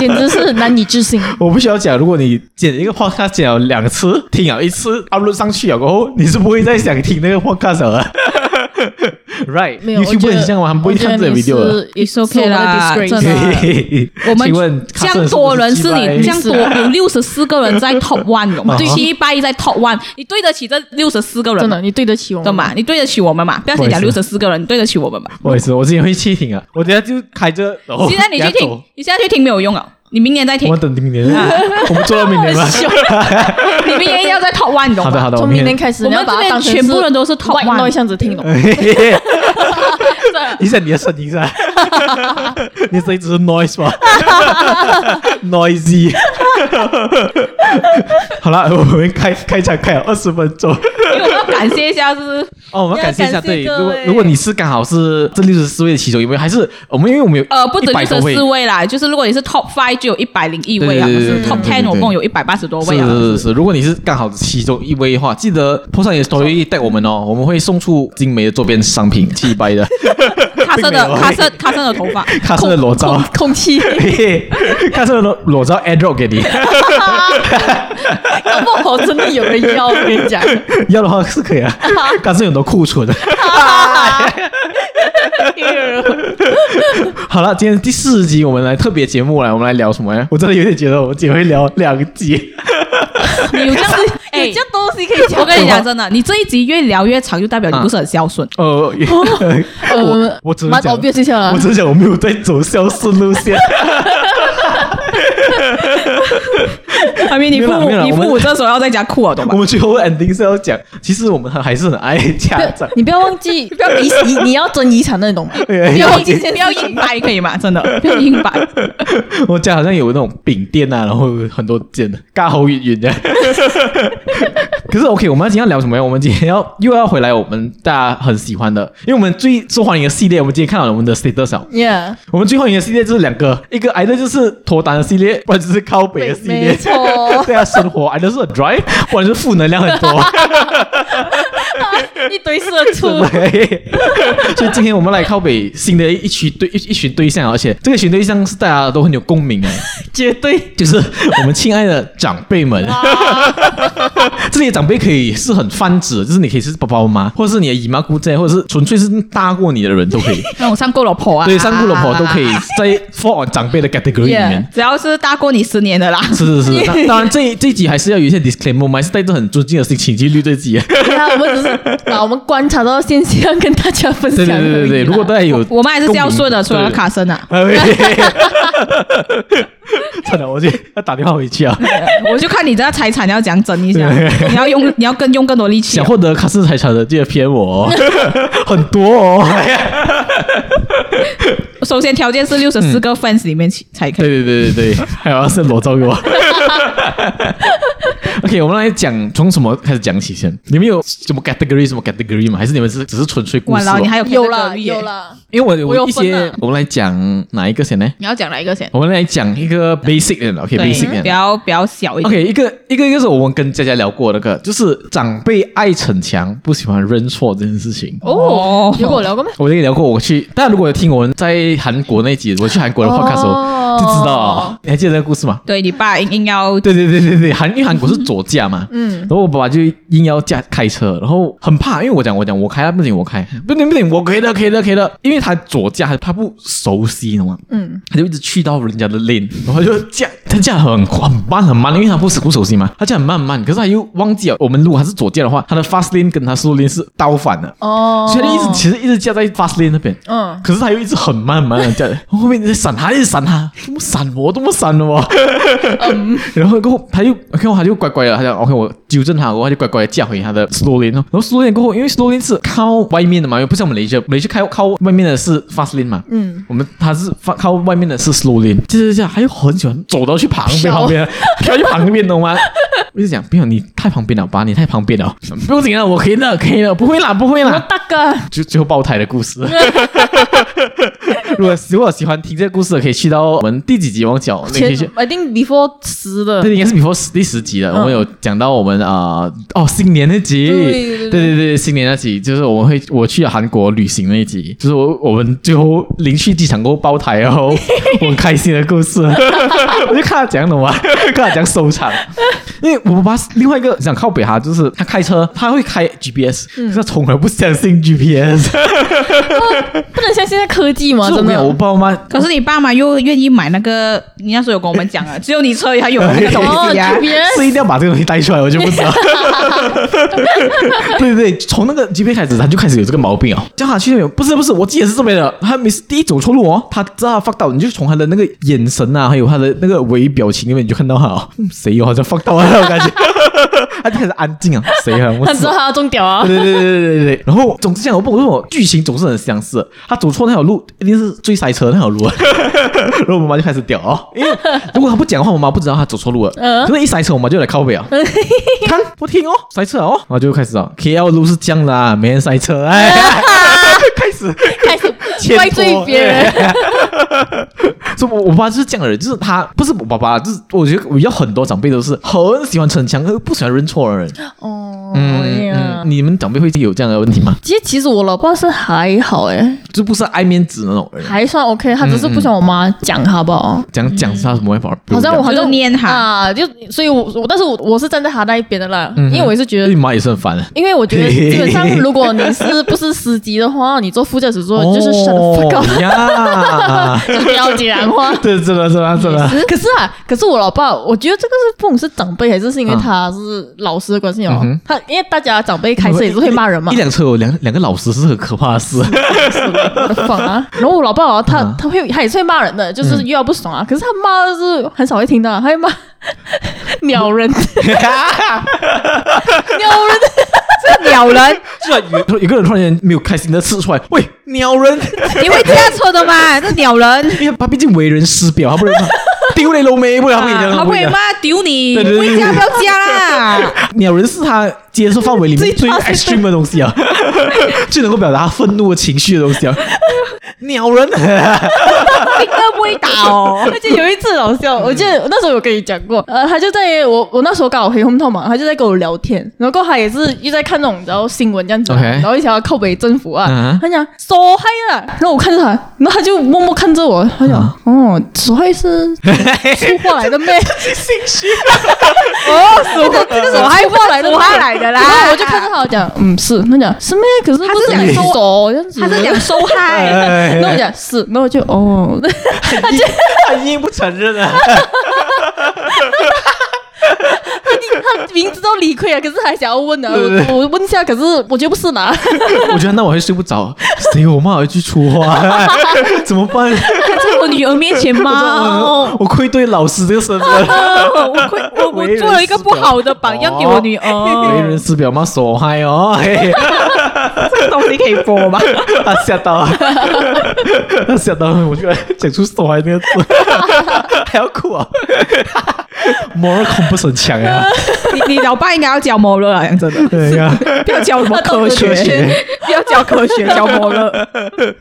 S5: 简直是难以置
S1: <laughs>
S5: 信。
S1: 我不需要讲，如果你剪一个 podcast 剪了两次，听了一次 upload 上去了过后，你是不会再想听那个 podcast 了。啊
S5: 没有，我
S1: Right，YouTube
S5: 觉
S1: 也
S5: 得
S1: 是这样吗？他们不会看这个 video 的。
S5: 也
S2: It's okay 啦
S1: <laughs>
S2: 真的 <laughs> 我们
S1: 请问
S2: 这样多人是你这样多有六十四个
S1: <laughs>
S2: 人在 top one，懂吗？
S1: 啊
S2: 对，七八一在 top one，你对得起这六十四个人
S5: 真
S2: 吗
S5: 的，？你对得起我们
S2: 懂吗？？你对得起我们嘛？不要先讲
S1: 不好
S2: 六
S1: 意思
S2: 十四个人，你对得起我们嘛？
S1: 不好意思，我之前会去听啊，我等下就开着。然后
S2: 现在你去
S1: 给他 <laughs>
S2: 听
S1: 走，，
S2: 你现在去听没有用啊！你明年再听
S1: 哦我，等明年，啊我们做到明年吧。
S2: 你明年一定要在 top one，懂
S1: 好的
S2: 吗？
S1: 好的，
S5: 从明
S1: 明
S5: 年开始，
S2: 我
S5: 你要
S2: 们这
S5: 把它
S2: 边
S5: 当成
S2: 全部人都是 top
S5: 外
S2: one，
S5: 这样子听懂。
S1: 呃嘿，
S2: <laughs>
S1: 一下你的声音噻，你声音只是 noise 吧 <laughs>
S2: <laughs>
S1: ，noisy。好了，我们开开场开了二十分钟。
S2: 因为我们要感谢一下，就是
S1: 哦，我们要感谢一下，
S2: 要感
S1: 对，
S2: 谢各
S1: 如果
S2: 位
S1: 如果你是刚好是这六十四位的其中一位，还是哦我们因为我们有
S2: 呃，不止六
S1: 100多
S2: 十
S1: 位
S2: 四位啦，就是如果你是 top five 就有一百零一位啊，
S1: 对对对
S2: 可是
S1: 对
S2: top
S1: 对对
S2: ten
S1: 对
S2: 我共有一百八十多位
S1: 是
S2: 啊。
S1: 是是是，如果你是刚好其中一位的话，记得破上你的 story 带我们哦，我们会送出精美的周边商品，气掰的，
S2: 卡森
S1: 并没
S2: 的
S1: 有
S2: 卡森卡森的头
S1: <laughs>
S2: 发，
S1: 卡森的裸照
S2: <laughs>
S5: 空，
S1: <laughs>
S5: 空气，
S1: 嘿嘿，卡森的裸裸照 airdrop 给你，
S5: 要不我真的有人要，我跟
S2: <laughs>
S5: 你讲，
S2: 哎
S1: <laughs> 要的话是可以啊，卡森有很多库存。 <laughs> 好了，今天第四集我们来特别节目来，我们来聊什么呀？我真的有点觉得我们只会聊两 <laughs> 集，
S2: 你有这样哎
S5: 有这样东西可以讲。
S2: 我跟你讲真的，你这一集越聊越长，就代表
S1: 啊
S2: 你不是很孝顺。
S1: 呃， <laughs> 我
S5: 哦呃
S1: 我只是
S5: 蛮
S1: 讲
S5: obvious 一下啦
S1: 我只是讲我没有在走孝顺路
S5: <laughs>
S1: 线。
S2: 还没你父
S1: 没有啦没有，
S2: 母
S1: 啦
S2: 你父
S1: 啊我
S2: 母
S1: 们
S2: 这时候要在家哭了，啊懂
S1: 我
S2: 吗？
S1: 们最后 ending 是要讲，其实我们还是很爱家长。
S5: 你不要
S2: <laughs>
S5: 忘记，不要遗你你要争遗产的，你懂吗？
S2: 不
S1: 不
S2: 要硬不要硬掰，可以吗？真的不要硬掰。
S1: <laughs> 我家好像有那种饼店啊，然后有很多间的，尬好远远的。 <laughs> 可是 OK，我们今天要聊什么呀？我们今天要又要回来我们大家很喜欢的，因为我们最受欢迎的系列，我们今天看到了我们的 status 啊
S5: Yeah，
S1: 我们最欢迎的系列就是两个，一个挨的就是脱单的系列，不然就是靠北的系列。
S5: 没错
S1: <laughs> 对啊，生活挨的是很 dry，不然就是负能量很多。
S5: 一堆社畜
S1: 对， <laughs> 所以今天我们来靠北新的一群对一一群对象，而且这个群对象是大家都很有共鸣
S2: <laughs>
S1: 哎，
S5: 绝对
S1: 就是我们亲爱的长辈们。 <laughs> 这里的长辈可以是很泛指，就是你可以是爸爸妈妈，或者是你的姨妈姑姐，或者是纯粹是大过你的人都可
S2: <laughs>
S1: 以，
S2: 那我上过老婆啊，
S1: 对，三姑老婆都可以在 fall on 长辈的 category 里面。
S2: <laughs> 只要是大过你十年的啦。
S1: 是是是，那当然这一这一集还是要有一些 disclaimer，我们还是带着很尊敬的心情去录这一集。
S2: <laughs>
S5: 啊！我们只是把我们观察到现象跟大家分享
S1: 对对
S5: 而已啦。
S1: 对对对，如果大家有
S2: 啊我们还是孝顺的，除
S1: 共鸣
S2: 了
S1: 对
S2: 卡森啊，
S1: 哎喂 <laughs> 算了，我去要打电话回去啊。
S2: <laughs> 我就看你这个财产要怎样整一下，你要用你要更用更多力气
S1: <laughs> 想
S2: 啊。
S1: 获得卡斯财产的，记得 PM 我、哦， <laughs> 很多哦。
S2: 首先条件是六十四个 fans 里面起才可
S1: 对 <laughs>
S2: 以。
S1: 对对对对，还有是裸 <laughs> 照给我。OK，我们来讲从什么开始讲起先？你们有什么 category 什么 category 吗？还是你们是只是纯粹故
S2: 哇，
S1: 事、
S2: 然后
S1: 哦
S2: 你？还有
S5: 有
S2: 啦
S5: 啦
S2: 有
S5: 有
S2: 啦，
S5: 啦，
S1: 因为我有
S5: 我有
S1: 一
S5: 分
S1: 些
S5: 啊，
S1: 我们来讲哪一个先呢？
S2: 你要讲哪一个先？
S1: 我们来讲一个 basic 的，OK
S2: 对
S1: basic，
S2: 比
S1: 的。
S2: 较比较小一点。
S1: OK，一个一个一个是我们跟佳佳聊过那个，就是长辈爱逞强，不喜欢认错这件事情。
S2: 哦
S5: 有跟我聊过吗？
S1: 我跟你聊过，我去，但如果有听我们在韩国那集，我去韩国的 podcast 的时候，
S5: 哦
S1: 就知道了。你还记得这个故事吗？
S2: 对你爸硬硬要
S1: 对对对对对，韩因为韩
S5: <laughs>
S1: 国是左驾嘛，
S5: 嗯
S1: 然后我爸爸就硬要驾开车，然后很怕，因为我讲我讲我开啊，不行我开，
S5: 嗯
S1: 不行不行，我可以的可以的可以的，因为他左驾他不熟悉，你懂吗？
S5: 嗯，
S1: 他就一直去到人家的 lane，然后就驾他驾很很慢很慢，因为他不不熟悉嘛，他驾很慢很慢，可是他又忘记了，我们如果他是左驾的话，他的 fast lane 跟他 slow lane 是倒反的，
S5: 哦，
S1: 所以他一直其实一直驾在 fast lane 那边，
S5: 嗯，
S1: 可是他又一直很慢很慢的驾，后面一直闪他，一直闪他，怎么闪我，怎么闪我？ <laughs> 然后过后他就 OK，他就乖乖的，他讲 OK，我纠正他，然后他就乖乖的驾回他的 slow lane 哦。然后 slow lane 过后，因为 slow lane 是靠外面的嘛，又不像我们雷车，雷车开靠外面的是 fast lane 嘛，嗯，我们他是 fa- 靠外面的是 slow lane，就是这样，他又很喜欢走到去旁边
S5: 飘
S1: 旁边， <laughs> 飘去旁边，懂吗？我就讲，不用你太旁边了，爸，你太旁边了，不用紧了，啊我可以的，可以的，不会啦，不会啦。
S5: 大哥，
S1: 就最后爆胎的故
S5: <laughs>
S1: 事。如果如果喜欢听这个故事的，可以去到我们第几集忘记了，你可以去
S5: 前。I think before 十的
S1: 这，应该是 before 第十集了，
S5: 嗯
S1: 我们有讲到我们啊、呃哦新年那集，
S5: 对对对
S1: 对对新年那集就是我们会我去韩国旅行那一集，就是我我们最后临去机场过后爆胎
S5: <laughs>
S1: 后我很开心的故事，我就看他讲什么，啊看他讲收场，因为我爸爸另外一个想靠北哈，就是他开车他会开 GPS，、可
S5: 嗯
S1: 是他从来不相信 GPS，
S5: 不能像现在科技嘛，
S1: 就是我
S5: 啊真
S1: 没有我
S5: 的。
S1: 爸
S5: <laughs>
S1: 妈
S2: 可是你爸妈又愿意买那个，你那时候有跟我们讲啊，只有你车还有那个东
S5: <laughs> 哦
S2: 西啊。
S5: ，GPS
S1: 是一定要把这个东西带出来，我就
S5: <laughs>
S1: 不知道。对对对，从那个 G P 开始，他就开始有这个毛病哦。叫他去那边，不是不是，我记得是这边的。他每次第一走错路哦，他知道他 fuck 到，你就从他的那个眼神啊，还有他的那个微表情里面，你就看到他哦，嗯谁有好像 fuck 到啊，我感觉。 <laughs> 他就开始安静啊，谁啊？我
S5: 他知道他要中屌啊，
S1: 对对对对对对对。然后总之这样，我不懂为什么剧情总是很相似。他走错那条路，一定是最塞车的那
S5: <laughs>
S1: 条路。然后我妈妈就开始屌哦，因为如果他不讲话，我妈不知道他走错路了。
S5: 嗯
S1: 真的，一塞车，我妈就来靠背
S5: <laughs>
S1: 啊。看，不听哦，塞车了哦，然后就开始啊，KL 路是这样的啊，没人塞车，哎，
S5: <laughs>
S1: 开始
S5: 开始
S1: 牵
S5: 怪
S1: 拖
S5: 罪别人。。
S1: 对 <laughs> 所以我我爸就是这样的人，就是他不是我爸爸，就是我觉得我要很多长辈都是很喜欢逞强，而不喜欢认错的人。
S5: 哦，
S1: 嗯，嗯，你们长辈会有这样的问题吗？
S5: 其实其实我老爸是还好诶，
S1: <laughs> 就不是爱面子那种人，
S5: 还算 OK，他只是不想我妈讲他不好。
S1: 讲讲是他什么办法？
S5: 好像我
S1: 不
S5: 好
S2: 就
S5: 像
S2: 是念他
S5: 啊，就所以我，我但是我我是站在他那一边的啦，
S1: 嗯哼
S5: 因为我也是觉
S1: 用对
S5: 得，
S1: 妈也是很烦的。
S5: 因为我觉得基本上，如果你是不是司机的话，你坐副驾驶座就是 shut the fuck up，
S1: 哦
S5: <laughs>
S1: 呀，
S5: 就不要啊讲话。
S1: 对，真的真的真的，
S5: 可是啊，可是我老爸，我觉得这个是不管是长辈还是是因为他是老师的关系哦
S1: 嗯。哼
S5: 他因为大家长辈开车也是会骂人
S1: <laughs>
S5: 嘛
S1: 一，辆车有两两个老师是很可怕的事。 <laughs>
S5: 我的疯啊！然后我老爸哦，他
S1: 嗯
S5: 他会他也是会骂人的，就是遇到不爽啊。可是他骂就是很少会听到啊，他会骂 <laughs> 鸟人， <laughs> 鸟人。
S2: 鸟人，
S1: 居然有有个人突然间没有开心的刺出来，喂，鸟
S5: <laughs>
S1: 人！
S2: 你会驾车的 <laughs> 嘛？这鸟人，
S1: 因为他毕竟为人师表，他不能
S5: <laughs>
S1: 骂丢你龙妹，不然他不能这
S5: 啊
S1: 样
S2: 他
S1: 他不能
S2: 会
S1: 这样
S2: 骂丢你，
S1: 对对对
S2: 会驾不要驾啦。
S1: <laughs> 鸟人是他接受范围里面最 extreme 的东西
S5: <laughs>
S1: 啊，最能够表达他愤怒的情绪的东西啊。鸟人，
S2: 你哥不会打哦。
S5: <laughs> 而且有一次好
S1: 嗯
S5: 笑，我记得我那时候有跟你讲过，呃，他就在我我那时候刚好回 home town 嘛，他就在跟我聊天，然后他也是又在看那种然后新闻这样子啊，
S1: OK
S5: 然后一想要靠北政府啊
S1: 嗯，
S5: 他讲手嗨啊，然后我看着他，然后他就默默看着我，他讲
S1: 嗯
S5: 哦，手嗨是出货来的咩？
S1: <laughs>
S2: 哦，手这个手还过来的，
S5: 手
S2: 他来的啦
S5: 然后我就看着他我讲，嗯是，他讲是咩？可是不
S2: 他是讲
S5: 手这样子，
S2: 他是讲收嗨，
S1: <laughs> 哎
S5: 那我讲是，那我就哦，
S1: 他硬他硬不承认啊。
S5: <laughs> 他明知道理亏啊，可是还想要问啊，
S1: 对
S5: 我我问一下，可是我觉得不是啦。
S1: 我觉得那晚会睡不着，谁有我骂我一句粗话，怎么办？
S2: 他在我女儿面前吗？
S1: 我呃愧对老师这个身份，
S2: <laughs> 我愧我我做了一个不好的榜样给我女
S1: 为人
S2: 儿，
S1: 师表嘛，手嗨哦，嘿
S2: 这个东西可以播吗？
S1: 他吓到了，他吓到了，我居然讲出手嗨那个字，还要哭啊！moral compass 很强呀、
S2: <laughs> 你你老爸应该要教摩勒啊，讲真的，
S1: 对呀、
S2: 不要教什么科学
S1: 科学，
S2: <laughs> 不要教科学，教摩勒。
S1: <laughs>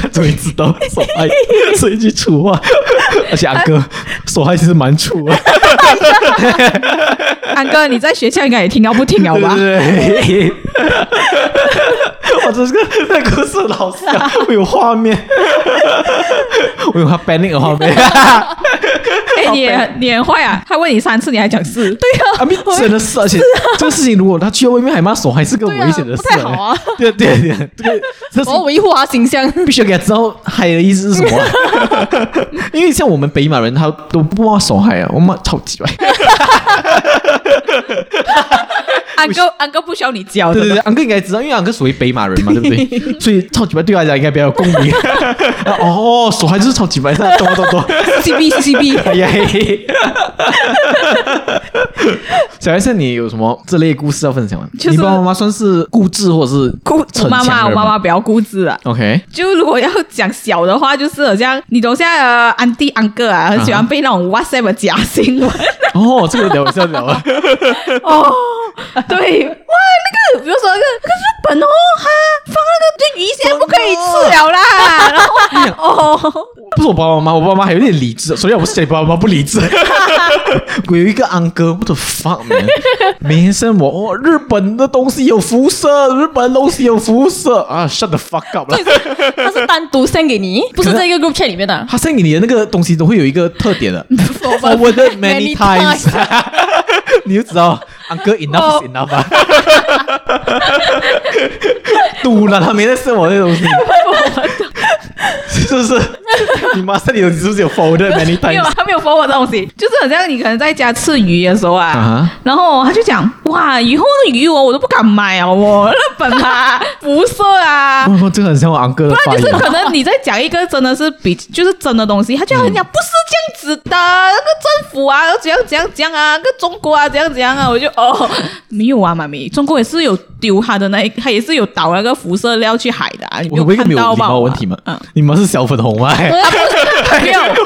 S1: 他终于知道手嗨是一句粗话，而且阿哥手嗨其实蛮粗的，
S2: <laughs> 安哥，你在学校应该也听到不听了
S1: 对
S2: 吧？
S1: 对对，我这是个那个故事老师，我有画面，我有他 panic 的画 <laughs> 面。
S2: 哎，你也很你很坏啊！他问你三次，你还讲四，对啊，
S1: 啊，没真的是，而且这个事情如果他去到外面还骂手，还是个
S5: 对啊
S1: 危险的事、
S5: 不太好啊。
S1: 对对对，这个这是
S5: 我要维护他形象。
S1: 必须要给他知道嗨的意思是什么、因为像我们北马人，他都不骂手嗨啊，我骂超级歪。
S2: 安 <laughs> 哥安哥不需要你
S5: <laughs>
S2: 教
S1: 对
S2: 的，
S1: 对对，
S2: <laughs>
S1: 昂哥应该知道，因为昂哥属于北马人嘛，对不对？所以超级白对大家应该比较有共鸣。啊哦，手还就是超级白，懂懂懂。
S2: C B C B，
S1: 哎呀，嘿嘿 <laughs> 小 S，你有什么这类故事要分享吗？
S2: 就是
S1: 你爸爸妈妈算是固执或是
S2: 固我
S1: 逞
S2: 妈
S1: 强
S2: 妈
S1: 的
S2: 我
S1: 人
S2: 妈
S1: 吗
S2: 妈比较固执啊。
S1: ？OK，
S2: 就如果要讲小的话，就是好像啊你楼下的安弟安哥呃啊，很喜欢被那种 WhatsApp 的假新 <laughs> 闻。
S1: 哦，这个聊是要聊啊。
S2: 哦，对， <laughs> 哇，那个比如说那个那个日本哦，哈，放那个这鱼现在不可以吃了啦，然后哦，
S1: 不是我爸爸妈妈，我爸妈还有点理智，所以我是谁爸爸妈妈不理智。我有一个安哥，我的 fuck man，没什么哦，日本的东西有辐射，日本的东西有辐射啊，shut the fuck up 啦。
S5: <laughs> 他是单独 send 给你，不是在一个 group chat 里面啊
S2: <laughs>
S5: 的。
S1: 他 send 给你的那个东西都会有一个特点的，forwarded many
S2: <laughs>
S5: many times
S1: times，你 <laughs> 就知道 uncle enough is enough 啊。堵了，他没在送我那东西， <laughs> 是不是？你妈这里有是不是有 forwarded many
S2: 没有啊
S1: times？，
S2: 他没有 f o 我东
S1: <laughs>
S2: 西，就是好像你可能在家吃鱼的时候啊，
S1: 啊哈
S2: 然后他就讲哇，以后的鱼哦，我都不敢买啊，我日本
S1: <laughs>
S2: 啊，辐射啊。
S1: 我靠，这个很像我 uncle 的
S2: 不
S1: 发
S2: 然就是
S1: 言。
S2: 可能你在讲一个真的是比 <laughs> 就是真的东西，他就很讲、不是这样子的，那个政府啊怎样怎样怎样啊，那个中国啊怎样怎样啊，我就哦没有啊，妈咪，中国也是有丢他的那一，他也是有倒那个辐射料去海的、啊，你没
S1: 我会不会
S2: 看
S1: 没有
S2: 到
S1: 礼
S2: 吧？
S1: 貌问题吗
S2: 嗯，？
S1: 你们是小粉红
S2: <laughs>
S1: 吗？
S2: 没有。
S1: <laughs>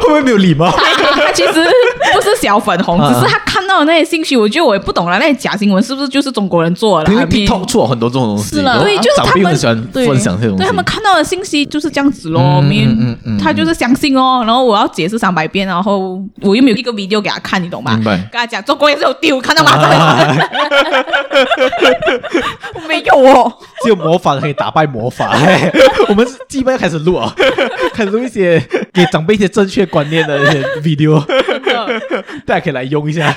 S1: 会不会没有礼貌？
S2: <laughs> 他其实不是小粉红，
S1: 嗯
S2: 只是他看到的那些信息，我觉得我也不懂了。那些假新闻是不是就是中国人做的
S1: 因
S2: 啦？
S1: 为
S2: 还 <laughs> 没
S1: TikTok 出了很多这种东西，
S5: 是啦对
S2: 就是
S1: 长
S2: 他
S1: 辈
S2: 们
S1: 很喜欢
S5: 对
S1: 分享这些东西。
S2: 对他们看到的信息就是这样子咯，
S1: 嗯
S2: 没、
S1: 嗯嗯嗯
S2: 他就是相信哦，然后我要解释三百遍，然后我又没有一个 video 给他看，你懂吗？
S1: 明白
S2: 跟他讲中国也是有丢，看到吗？
S1: <laughs>
S2: <laughs> 我没有哦，
S1: 只有魔法可以打败魔法。 <laughs> 我们基本要开始录啊， <laughs> 开始录一些 <laughs> 给长辈一些正确观念的一些 video，大家
S2: 嗯
S1: 可以来用一
S2: <laughs>
S1: 下。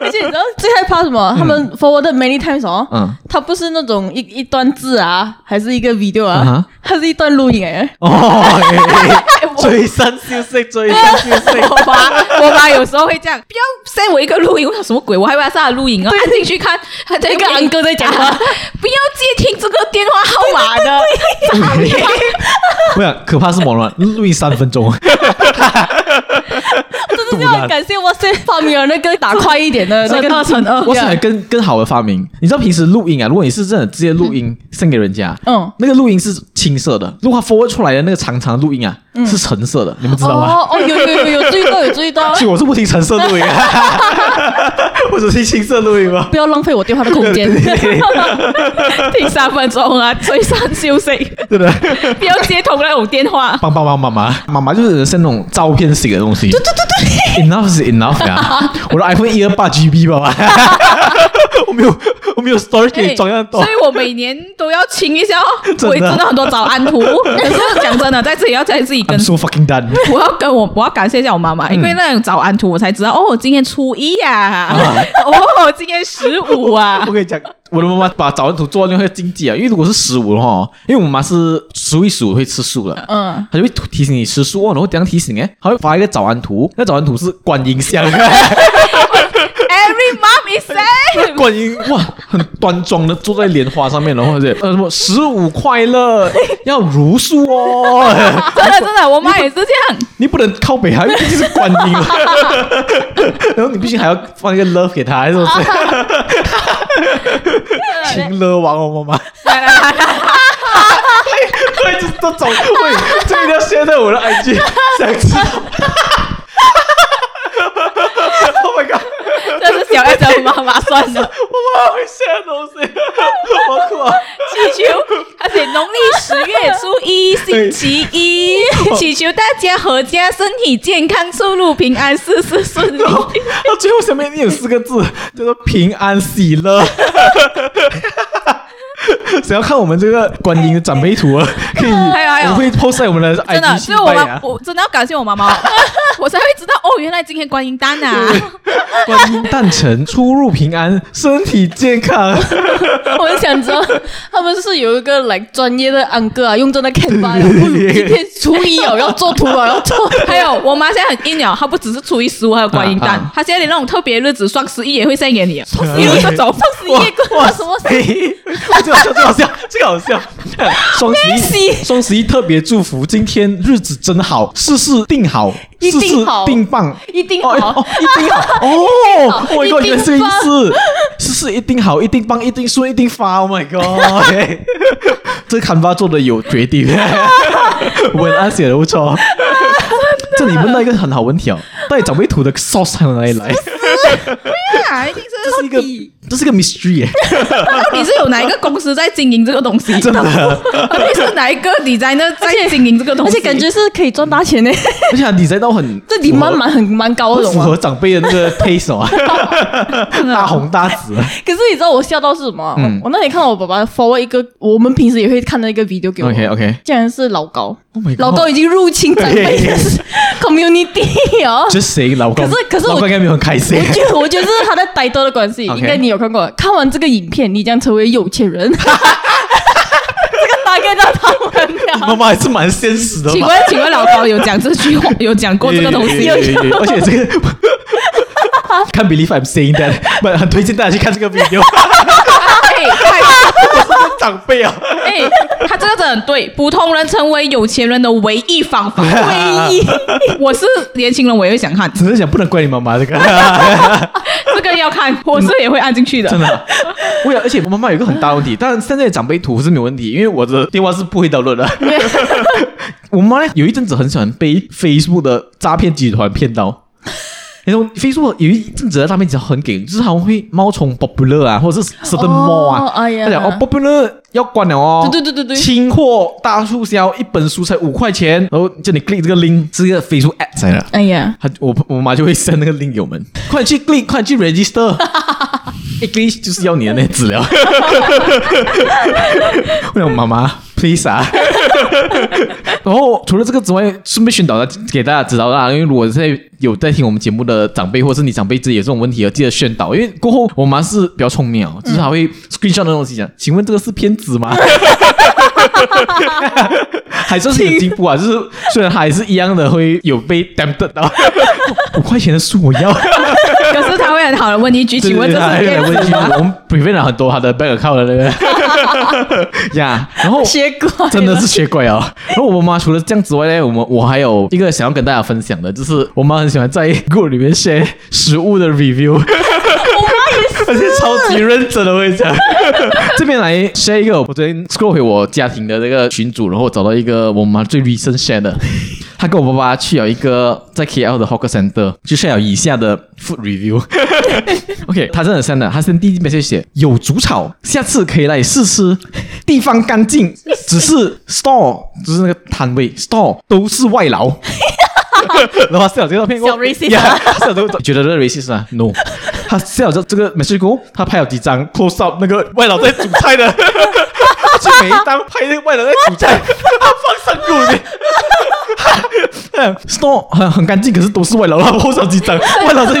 S5: 而且你知道最害怕什么？他们 forwarded many times 哦，
S1: 嗯，
S5: 它不是那种一一段字啊，还是一个 video
S1: 嗯
S5: 啊
S1: 哼，
S5: 它是一段录影哎。
S1: 哦，哎
S2: <laughs>
S1: 哎追三休息，追三休息。
S2: 我妈，我妈有时候会这样，不要 send 我一个录音，我想什么鬼？我还以为他是他的录音啊，按进去看，他在
S5: 一个安哥在讲 <laughs> 话
S2: 不要接听这个电话号码的，
S1: 不想，可怕是什么呢？录音三分钟，
S5: 这就要感谢哇塞发明了那个打快一
S2: <laughs>
S5: 点的那个
S2: 乘二
S1: 我想有更更好的发明。你知道平时录音啊，如果你是真的直接录音送给人家，
S5: 嗯
S1: 那个录音是青色的，如果它 forward 出来的那个长长的录音啊，是橙色的，你们知道吗？啊
S5: 哦哦，有有有有注意到有注
S1: <laughs>
S5: 意到，
S1: 所以我是不听橙色录音， <laughs> 我只听青色录音吗？
S5: 不要浪费我电话的空间。 <laughs>
S2: 停三分钟啊，追上休息，
S1: <laughs> 对的，
S2: 不要接通那种电话。
S1: 帮帮帮妈妈，妈妈就是是那种照片型的东西。对对对对，enough <laughs> 是 enough 呀。我的 iPhone 一二八 GB 吧， <laughs> 我没有我没有 storage 可以装那么哎多
S2: 哎所。以我每年都要清一
S1: <laughs>
S2: 下哦。
S1: 的
S2: 我也真的很多早安
S1: <laughs>
S2: 图，可是讲真的，在这里要在自己跟
S1: I'm。so fucking done。
S2: 我要跟我我要感谢一下我妈
S1: 嗯
S2: 妈，因为那种早安图我才知道哦，今天初一呀、
S1: 啊
S2: <laughs> 哦，今天十五啊
S1: <laughs> 我，跟你讲，我的妈妈把早安图做到那个境界啊，因为如果是十五的话哦，因为我妈是初一十五会吃素的，
S5: 嗯，
S1: 她就会提醒你吃素哦，然后怎样提醒哎，她会发一个早安图，那早安图是观音像。
S2: Every mom
S1: <laughs>
S2: is same。
S1: 观音哇，很端庄的坐在莲花上面，然后是呃什么十五快乐，要如数哦，
S2: 真的真的，我妈也是这样。
S1: 你不能靠北海，因为毕竟是观音啊。然后你毕竟还要放一个 love 给他，是不是？情勒王哦，妈妈，
S2: 来来来来，
S1: 对，就是这种，喂，这一定要写在我的 IG，想知道。Oh my god！
S2: 这是小 S 的妈妈算的
S1: 我妈会写的东西，好酷啊！
S5: <laughs>
S2: 祈求，而且农历十月初一星期一，祈求大家阖家身体健康，出入平安，事事顺利。
S1: <laughs> 那最后下面一定有四个字，叫做“平安喜乐”。 <laughs> 想要看我们这个观音的长辈图啊，可以，
S2: 还有还有
S1: 我会 post 在我们的 IG
S2: 真的，
S1: 系
S2: 所以我
S1: 拜
S2: 妈
S1: 啊，
S2: 我真的要感谢我妈 <laughs> 妈，我才会知道哦，原来今天观音诞啊！
S1: 观音诞辰，出入平安，身体健康。
S5: 我很想知道 <laughs> 他们是有一个来专业的安哥啊，用真的 Canva，不
S1: <laughs>
S5: 如今天初一哦，要做图啊，要做。
S2: 还有我妈现在很硬了，她不只是初一十五还有观音
S1: 啊
S2: 诞
S1: 啊，
S2: 她现在连那种特别日子双十一也会献给你，双十一这种双十一
S1: 哇
S5: 什么
S1: 嘿嘿这个好笑，这个好笑，这个好笑。双十一，双十一特别祝福，今天日子真好，事事定好，
S5: 一
S1: 事
S5: 定
S1: 事
S5: 好
S1: 定棒，
S5: <laughs> 一定
S1: 哦
S5: 好
S1: 哦，一定好，哦，我
S5: 一定
S1: 个原来这个意
S5: 棒
S1: 思，事事一定好，一定棒，一定顺，一定发，Oh my
S5: <laughs>
S1: god！嘿这看法做的有决 <laughs> 定，文案写的不
S5: <laughs>
S1: 错。这里问到一个很好问题哦，到底长辈图的 source 从哪里
S5: <laughs>
S1: 来？
S2: 啊，一定
S1: 这
S2: 是
S1: 是一个，这是一个 mystery
S5: <laughs>
S1: 耶。
S2: 到底是有哪一个公司在经营这个东西？ <laughs>
S1: 真的，
S2: 到底是哪一个 designer 在经营这个东 <laughs>
S5: 而
S2: 西？
S5: 且感觉是可以赚大钱呢， <laughs>
S1: 而且它 design 到很
S5: 这里蛮
S1: 符合
S5: 蛮很蛮高
S1: 符
S5: 的懂吗
S1: 合？长辈的那个 taste
S5: <laughs>
S1: 啊，<laughs>
S5: 啊
S1: 大红大紫，啊
S5: 可是你知道我笑到是什么啊？
S1: 嗯
S5: 我我那天看到我爸爸 forward 一个我们平时也会看的一个 video <laughs> 给我
S1: OK，
S5: 竟然是老高
S1: Oh my god
S5: 老高已经入侵长辈
S1: <laughs>
S5: 的 community 哦。
S1: 这谁老公？
S5: 可是可是我
S1: 老公应该没有很开心
S5: 我。觉得我觉得是他的呆豆的关系
S1: OK
S5: 应该你有看过。看完这个影片，你将成为有
S1: <laughs>
S5: 钱人。这个大概到他们
S1: 妈
S5: 了。
S1: 妈还是蛮现实的
S2: 请
S1: 嘛，
S2: 问，请问老高有讲这句话，有讲过这个东西？
S1: 有
S2: <laughs>
S1: 有有有而且这 <laughs> 个看 believe I'm saying that，不很推荐大家去看这个 video， <laughs>
S2: 哎，太
S1: 长辈啊，
S2: 哎，他这个真的很对，普通人成为有钱人的唯一方法。
S1: 唯一，
S2: 我是年轻人，我也会想看， <laughs>
S1: 只是想不能怪你妈妈这个，
S2: 这个要看，我是也会按进去的。
S1: 真的。我也而且我妈妈有一个很大的问题，当然现在的长辈图是没有问题，因为我的电话是不会讨论的。 <laughs> 我妈呢有一阵子很喜欢被 Facebook 的诈骗集团骗到。然后 Facebook 有一阵子的诈骗集团很给力，就是他们会冒充 Popular 啊，或者是 Certain Mall 啊，
S5: 哎呀
S1: 他讲哦 Popular 要关了哦，
S5: 对对对对对
S1: 清货大促销，一本书才五块钱，然后叫你 click 这个 link，是一个 Facebook ad 来的。
S5: 哎呀，
S1: 他我我妈就会 send 那个 link 给我们，快去 click，快去 register。English 就是要你的那资料。我想妈妈，please 啊。然后除了这个之外，顺便宣导的给大家知道啦，因为如果现在有在听我们节目的长辈，或是你长辈自己有这种问题，要记得宣导。因为过后我妈是比较聪明哦，就是她会 screenshot 那东西讲，请问这个是骗子吗？还算是有进步啊，就是虽然她还是一样的会有被 tempted 到，五块钱的书我要。
S2: 可是他会很好的问一句，请问这是
S1: 对对对哎
S2: 骗
S1: 问
S2: 子
S1: 句
S2: 吗？
S1: 我们 prevent 了很多他的 back account 的那
S2: <laughs>
S1: 个呀，然后
S5: 结果
S1: 真的是学鬼哦。然后我妈除了这样之外呢，我们我还有一个想要跟大家分享的，就是我妈很喜欢在 group 里面 share 食物的 review。而且超级认真的，我跟你讲。这边来 share 一个，我昨天 scroll 回我家庭的那个群组，然后我找到一个我妈最 recent share 的，她跟我爸爸去了一个在 KL 的 hawker center，就 share 了以下的 food review。OK，他真的 send 的，他 send 第一 message 写有煮炒，下次可以来试吃，地方干净，
S5: <laughs>
S1: 只是 store 就是那个摊位 store 都是外劳。 <laughs> 然后他 send 了这个照片过后，
S5: 小 racist
S1: <laughs>
S5: 啊
S1: 呀是都觉得这 racist 啊？No，他 send 了这这个 message 过后，他拍了几张 close up 那个外劳在煮菜的，他去每一张拍那个外劳在煮菜，他放上骨里面。 <laughs> 嗯，store 很很干净，可是都是外劳，他后少几
S5: <laughs>
S1: 张外劳在
S2: 这是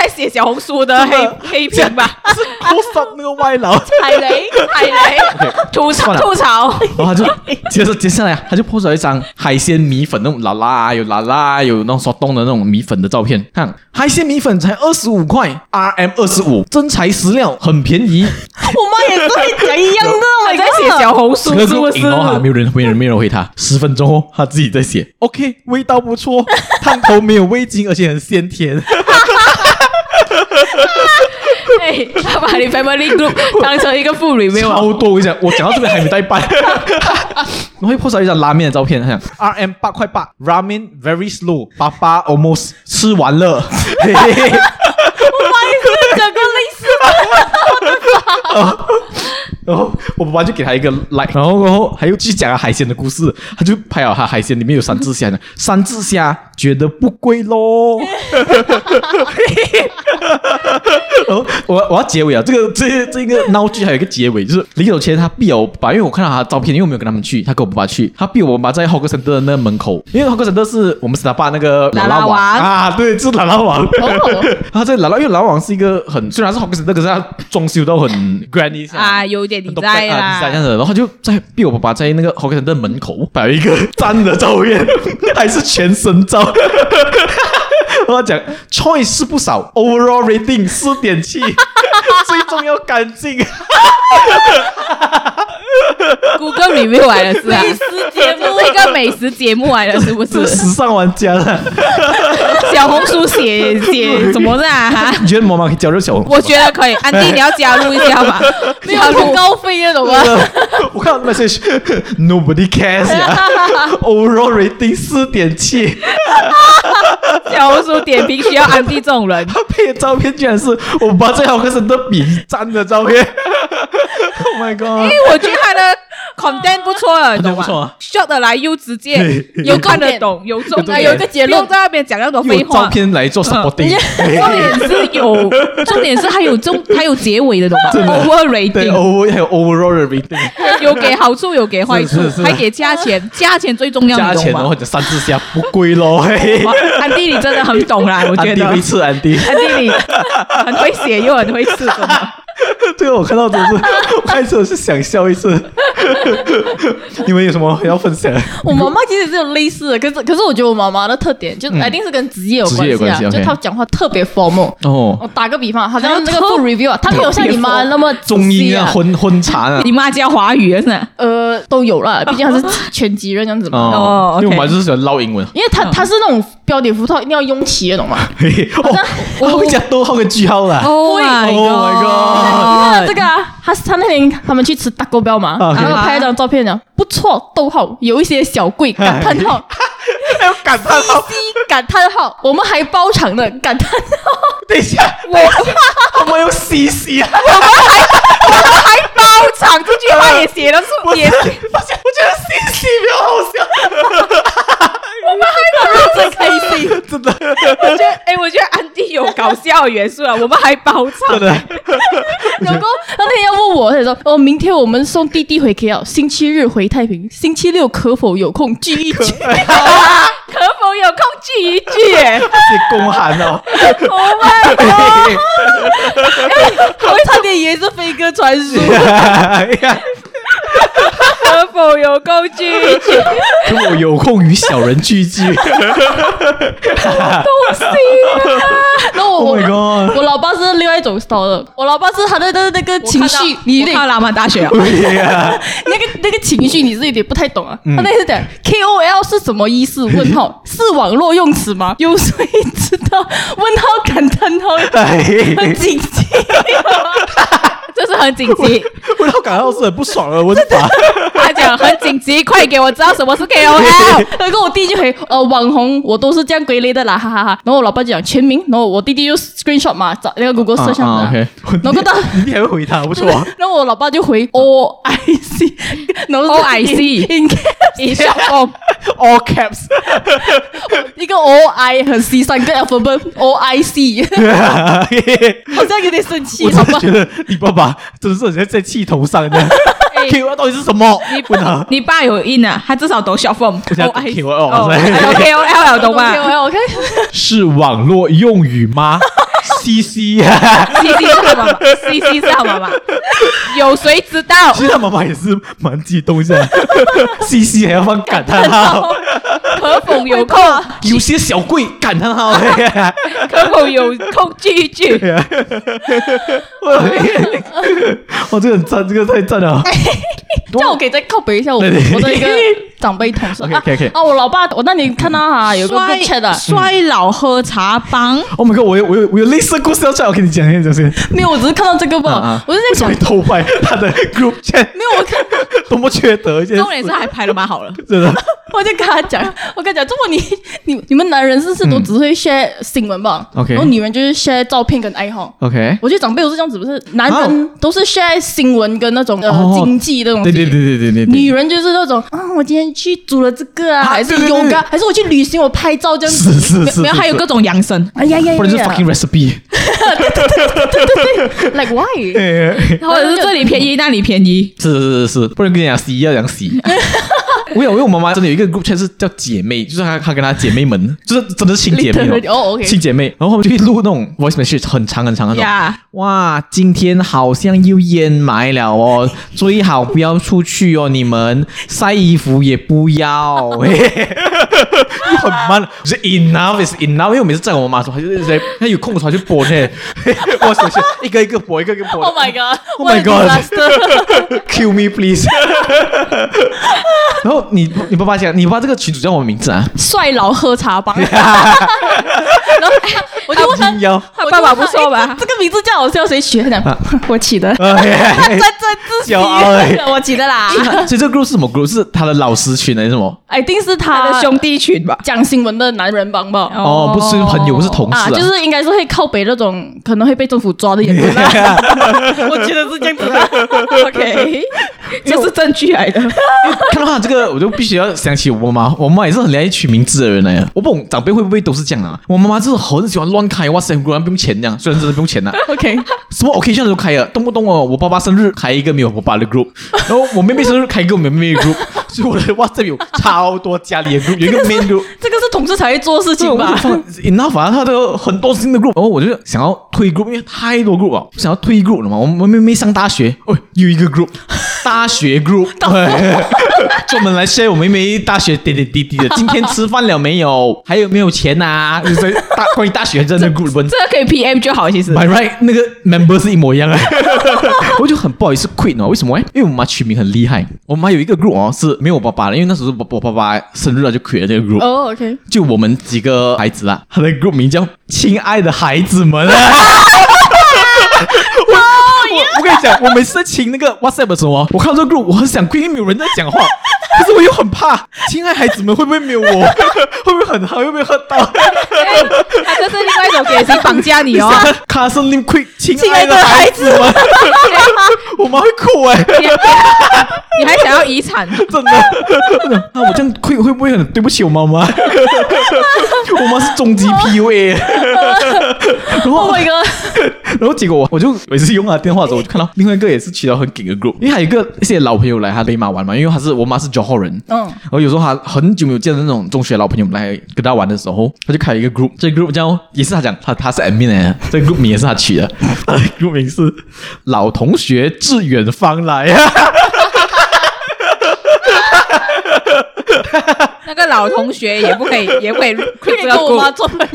S2: 在写小红书的黑黑
S1: 这样
S2: 屏
S1: <laughs>
S2: 吧？
S1: 是 close up 那个外 <laughs> 劳。
S2: 踩雷，踩雷，吐槽，
S1: 算了
S2: 吐槽。
S1: 然后他就接着接下来他就 po 出来一张海鲜米粉那种啦啦啊有啦啦啊有那种刷冻的那种米粉的照片，看海鲜米粉才二十五块，RM 二十五，真材实料，很便宜。
S5: 我妈也是会讲一样
S1: <laughs>
S5: 的，我
S2: 还在写小红书是
S1: 这
S2: 不
S1: 个
S2: 是？
S1: 然后没有人，没有人，没有人回他。十分钟后，他自己在写，OK，味道不 <laughs> 错，烫头没有味精，而且很鲜甜。
S2: 哎，他把你 family
S1: <laughs>
S2: group 当成一个妇女没有啊？
S1: 超多！我跟
S2: <laughs>
S1: 你讲，我讲到这边还没到一半，我会 po 出来一张拉面的照片，他讲 R M 八块八，Ramen very slow，爸爸 almost 吃完
S2: <laughs>
S1: 了。 <laughs> 嘿嘿嘿
S5: 讲过类似
S1: 然后我爸爸就给他一个 like，然后然后还又继续讲了海鲜的故事，他就拍了他海鲜里面有三只虾呢，三只虾觉得不贵喽， <laughs> 然后我我要结尾啊，这个这这个闹剧还有一个结尾，就是李守谦他逼我爸，因为我看到他的照片，因为我没有跟他们去，他跟我爸爸去，他逼我爸在 hawker center 的那门口，因为 hawker center 是我们斯达爸那个
S2: 喇
S1: 喇
S2: 喇
S1: 喇
S2: 王
S1: 王啊，对，是喇喇王。
S5: 哦，
S1: 他在喇喇，因为喇喇王是一个很虽然是 hawker center，可是他装修到很 grand 一下
S2: 啊，有点
S1: 很
S2: 你
S1: 多
S2: 在
S1: 啊，这样
S2: 啦。
S1: 子，然后他就在逼我爸爸在那个 hawker center 门口摆一个 <laughs> 站的照片， <laughs> 还是全身照。 <laughs> 我要讲 choice 是不少，overall rating 四点七， <laughs> 最重要干净。啊
S2: Google review 来了
S1: <laughs>
S2: 是啊，
S5: 食
S2: 节目 <laughs> 是一个美食节目来了，是不
S1: 这
S2: 是
S1: 是？时尚玩家了，
S2: 小红书写写怎么的啊？
S1: <laughs> 你觉得妈妈可以加入小红？
S2: 我觉得可以，安迪你要加入一下吧，
S5: 没有
S2: 加
S5: 通
S2: 入。
S5: 告费那种啊。
S1: 呃我看到 message <laughs> nobody cares 呀，overall rating 四点七，
S2: 小红书点评需要安迪这种
S1: <laughs>
S2: 人，
S1: 他配的照片居然是我爸最好看是的比赞的照片。Oh my
S2: 因
S1: god！
S2: 为我觉得他的 content 不错了，你懂
S1: 不错
S2: 吗
S1: 啊
S2: ？short 的来又直接
S1: 对，
S2: 又看得懂，有重
S1: 有重
S2: 点，
S1: 点有一个
S5: 结论
S2: 不用在那边讲那么多
S1: 用
S2: 废
S1: 照
S2: 话。
S1: 片 <laughs> 来做 supporting，、
S2: 重点是
S1: <laughs>
S2: 有，重点是还有重，还有结尾的，懂吗
S1: 真的
S2: ？Over
S1: 对
S2: rating，
S1: ，over 哦还有 overall <laughs> rating，
S2: 有给好处，有给坏处
S1: 是是，是
S2: 还给加钱，加钱最重要，
S1: 加
S2: 你懂
S1: 钱哦
S2: 吗
S1: 或？者三字下不贵 <laughs> 咯。嘿
S2: 哇安迪，你真的很懂啦，我觉
S1: 安迪
S2: 得。
S1: 会吃安迪， <laughs>
S2: 安迪，你很会写又很会吃，真的。
S1: 这个我看到真是， <laughs> 我看真的是想笑一次。 <laughs> 你们有什么要分享？
S5: 我妈妈其实是有类似的，可是可是我觉得我妈妈的特点就一定是跟职业有
S1: 嗯职业有
S5: 关
S1: 关
S5: 系
S1: 系
S5: 啊，就
S1: OK
S5: 她讲话特别 formal。我
S1: 哦，
S5: 打个比方，好像那个 f review 啊，她没有像你妈那么仔细
S1: 中医啊，荤荤茶啊。
S2: 你妈教华语是吧？
S5: 呃，都
S2: <laughs>
S5: 有了，毕竟她是全职人这样子嘛。
S2: 哦
S1: 哦，因为我们
S2: OK
S1: 就是喜欢唠英 <laughs> 文。
S5: 因为她她是那种标点符号一定要用齐的，
S2: <laughs>
S5: 懂吗？
S1: 嘿嘿哦，他会加逗号跟句号 <laughs> 啦。
S2: Oh
S1: my god
S2: 哦
S5: 这个啊，他他那天他们去吃 Taco Bell 嘛，
S1: 啊
S5: 然后拍一张照片讲不错，逗号有一些小贵，感叹号，
S1: <laughs> 还有感叹 <laughs> 号！
S5: 第一感叹号，我们还包场的感叹号，
S1: 等一下，我我们用 CC 啊。
S2: <laughs> 包场这句话也写
S1: <laughs>
S2: 的是
S1: 我
S2: 也
S1: 是，我觉得 C C 比较好笑，<laughs>
S5: 真开心。
S1: 真的
S2: 我 <laughs> 觉得哎，我觉得安迪有搞笑元素啊了，我们还包场
S1: 真。的，
S5: 然后他那天要问我，他说哦，明天我们送弟弟回 KL，星期日回太平，星期六可否有空聚一 <laughs> 聚？
S2: 可否有空聚一聚？哎，
S1: 是公函哦。 <laughs>
S5: ？Oh
S2: 我们
S1: 嘿
S5: 哎
S1: 嘿
S5: 我差点以为是飞鸽传书。
S1: 嘿
S2: 可否有空聚一聚？
S1: 如果有空与小人聚聚
S2: 不行，
S5: 然后我
S1: ，Oh
S5: 我
S1: my god！
S5: 我老爸是另外一种 style 的，我老爸是他的那那个情绪，你有点
S2: 看拉曼大 <laughs> 学啊？
S1: 对哎呀，
S5: <laughs> 那个那个情绪你是有点不太懂啊。他那是讲 KOL 是什么意思？问号是网络用词吗？有谁知道？问号感叹号，很
S1: 哎
S5: 紧急。
S2: 这是很紧急，
S1: 我到感到是很不爽的文法，
S2: 他讲很紧急，快给我知道什么是 KOL。
S5: 然后我弟就回呃网红，我都是这样归类的啦，哈哈哈。然后我老爸就讲全名，然后我弟弟就 screenshot 嘛，找那个 Google 摄像
S1: 啊
S5: 的。 <laughs>
S1: ，OK
S5: 然后看到，
S1: 你还会回他，
S2: <laughs>
S1: 不错啊。
S5: 然后我老爸就回 O I C，然 <laughs> 后
S2: O I C
S5: in in-
S2: 一
S5: <laughs>
S2: 笑风，
S1: All caps，
S5: 一个 O I 和 C 三个 alphabet O I C，
S1: 嘿嘿嘿
S5: 好像有点生
S1: <laughs>
S5: 气，
S1: 我
S5: 老
S1: 真
S5: 爸
S1: 的觉得你爸爸真是很像在气头上的。Q 到底是什么？问他，
S2: 哎你爸，Oh, 有印啊，他至少懂小哎凤。
S1: 我想 Q 哦，
S2: <laughs> 有 KOL 了，哎懂吗
S5: OK，我我 <laughs> 看
S1: <laughs> 是网络用语吗啊？CC 呀。
S2: ？C C 是他妈妈，C C 是他妈
S5: <laughs>
S2: 妈，有谁知道？
S1: 其实他妈妈也是蛮激动一下，C C 还要放感叹号，
S2: 可否有空？
S1: 有些小贵感叹号，
S2: 可否有空聚一聚？
S1: 哇，这个很赞，这个太赞了，
S5: 这样我可以再靠北一下我
S1: 对对
S5: 我的一个长辈同事啊
S1: OK，OK，OK
S5: 啊！我老爸，我那天看到他有个 group chat 啊的，
S2: 衰老喝茶帮，
S1: Oh my god，我有我有我有类似的故事要讲，我跟你讲一下，就是
S5: 没有，我只是看到这个
S1: 啊啊
S5: 吧，我是在想
S1: 会，偷拍他的 group chat，
S5: 没有，我看
S1: 多么缺德一件事，
S2: 重点是还拍的蛮好了。
S1: 真的，
S5: 我就跟他讲， <laughs> 我跟他讲，这么你你你们男人是不是都只会 share 新闻吧、
S1: 嗯 OK
S5: 然后女人就是 share 照片跟爱好。
S1: OK，
S5: 我觉得长辈都是这样子，不是男人都是 share 新闻跟那种呃、
S1: 啊哦
S5: 经济的东西。
S1: 对对对对对对
S5: 女
S1: 对，
S5: 人就是那种啊，我今天去煮了这个啊，
S1: 啊
S5: 还是
S1: 对对对
S5: yoga，还是我去旅行，我拍照这样子。
S1: 是是是，
S2: 没有，
S1: 是
S2: 还有各种养生。
S5: 哎呀呀呀
S1: 不然就是
S5: 呀
S1: fucking recipe，<laughs>
S5: ，like why？
S1: 哎
S2: 或者是这里便宜那里便宜，
S1: 是是是是，不能跟你讲洗要讲洗。我有，我有妈妈真的有一个 group chat 是叫姐妹，就是她她跟她姐妹们，就是真的是亲姐妹
S5: <laughs> Literally，哦，OK
S1: 亲姐妹，然后我们就会录那种 voice message 很长很长那种。
S2: 呀
S1: 哇，今天好像又烟霾了哦，最好不要出去哦，你们晒衣服也不要。又很慢，我说 enough is enough，因为我每次在我妈妈说，她就是在她有空的时候她就播那， <laughs> 我首先一个一个播，一个一个播。
S5: Oh my god!
S1: Oh my
S5: what a
S1: god.
S5: disaster.
S1: Kill me please 。然后你你爸爸讲，你爸这个群主叫我名字啊？
S5: 帅佬喝茶 <laughs> 吧。然后哎我就问他
S1: 金，腰。
S2: 他爸爸不说吧
S5: 我就问他哎这这个名字叫我叫谁取的？他
S1: 啊
S5: 讲我起的。
S1: 哎呀
S5: 他沾 <laughs> 沾自喜
S1: 骄傲哎，
S5: 我起的啦。
S1: 所以这个 group 是什么 group？是他的老师群还是什么？
S5: <laughs> 哎，一定是
S2: 他
S5: 他
S2: 的兄弟群吧。
S5: 讲新闻的男人帮吧。
S1: 哦，不是朋友，不是同事
S5: 啊，就是应该是会靠北那种，可能会被政府抓的
S1: <laughs>
S5: 眼睛啦。我觉得是这样子的。 <laughs>
S2: OK，这是证据来的。
S1: 看到他这个，我就必须要想起我妈妈。我妈妈也是很爱取名字的人来的。我不懂长辈会不会都是这样啊？我妈妈就是很喜欢乱开 WhatsApp，果然不用钱这样，虽然真的不用钱啊呐、
S5: OK，
S1: 什么 occasion 都开了，动不动哦，我爸爸生日开一个没有我爸的 group，然后我妹妹生日开一个我妹妹的 group，所以 <laughs> 我的 WhatsApp 有超多家里 <laughs> 的 group，有一个 main group。
S5: 这个是同事才会做事
S1: 这
S5: 情
S1: 种
S5: 吧？
S1: enough 啊，他都有很多新的 group，然后我就想要推 group，因为太多 group 了，我想要推 group 了嘛。我们妹妹上大学，哦，有一个 group，大 <laughs> 学 group，对 <laughs> 专门来 share 我妹妹大学点点滴滴的。今天吃饭了没有？还有没有钱啊？就是大关于大学 <laughs> 这样的 group 文
S2: 这个可以 PM 就好，
S1: <laughs>
S2: 其实
S1: My right，那个 member 是一模一样啊， <laughs> 我就很不好意思 quit 哦。为什么诶？因为我妈取名很厉害，我妈有一个 group 哦是没有我爸爸的，因为那时候我我爸爸生日了就 quit 了这个 group。
S5: 哦，OK， <laughs>
S1: 就我们几个孩子啦，他的 group 名叫“亲爱的孩子们” <laughs> 啊。我我我跟你讲，我每次在清那个 WhatsApp 的时候啊，我看到这个 group，我很想 quit，因为没有人在讲话，可是我又很怕，亲爱孩子们会不会没有我？ <laughs> 会不会很好？会不会很到？
S2: 他这是另外一种给谁绑架你
S1: <laughs>
S2: 哦。
S1: 啊卡森林 quick，亲爱的孩子们， <laughs> 我妈会哭哎、
S2: 你你还想要遗产？
S1: 真的，真的啊！我这样会会不会很对不起我妈 <laughs> 妈？我妈是终极 <laughs> PUA，然后
S5: 我一个
S1: <laughs> 然后结果我我就每次用她电话的时候，我就看到 <laughs> 另外一个也是娶到很顶的 group，因为还有一个一些老朋友来她北马玩嘛，因为她是我妈是 Johor 人，
S5: 嗯
S1: 然后有时候她很久没有见的那种中学老朋友来跟她玩的时候，她就开了一个 group，这个 group 叫也是她讲她她是 admin 来的， <laughs> 这个 group 名也是她取的 <laughs> ，group 名是老同学致远方来 <laughs> 啊。
S2: 那个老同学也不可以，也不可以 quit 这
S5: 跟
S2: 个
S5: 我妈
S2: group。
S5: 做朋友，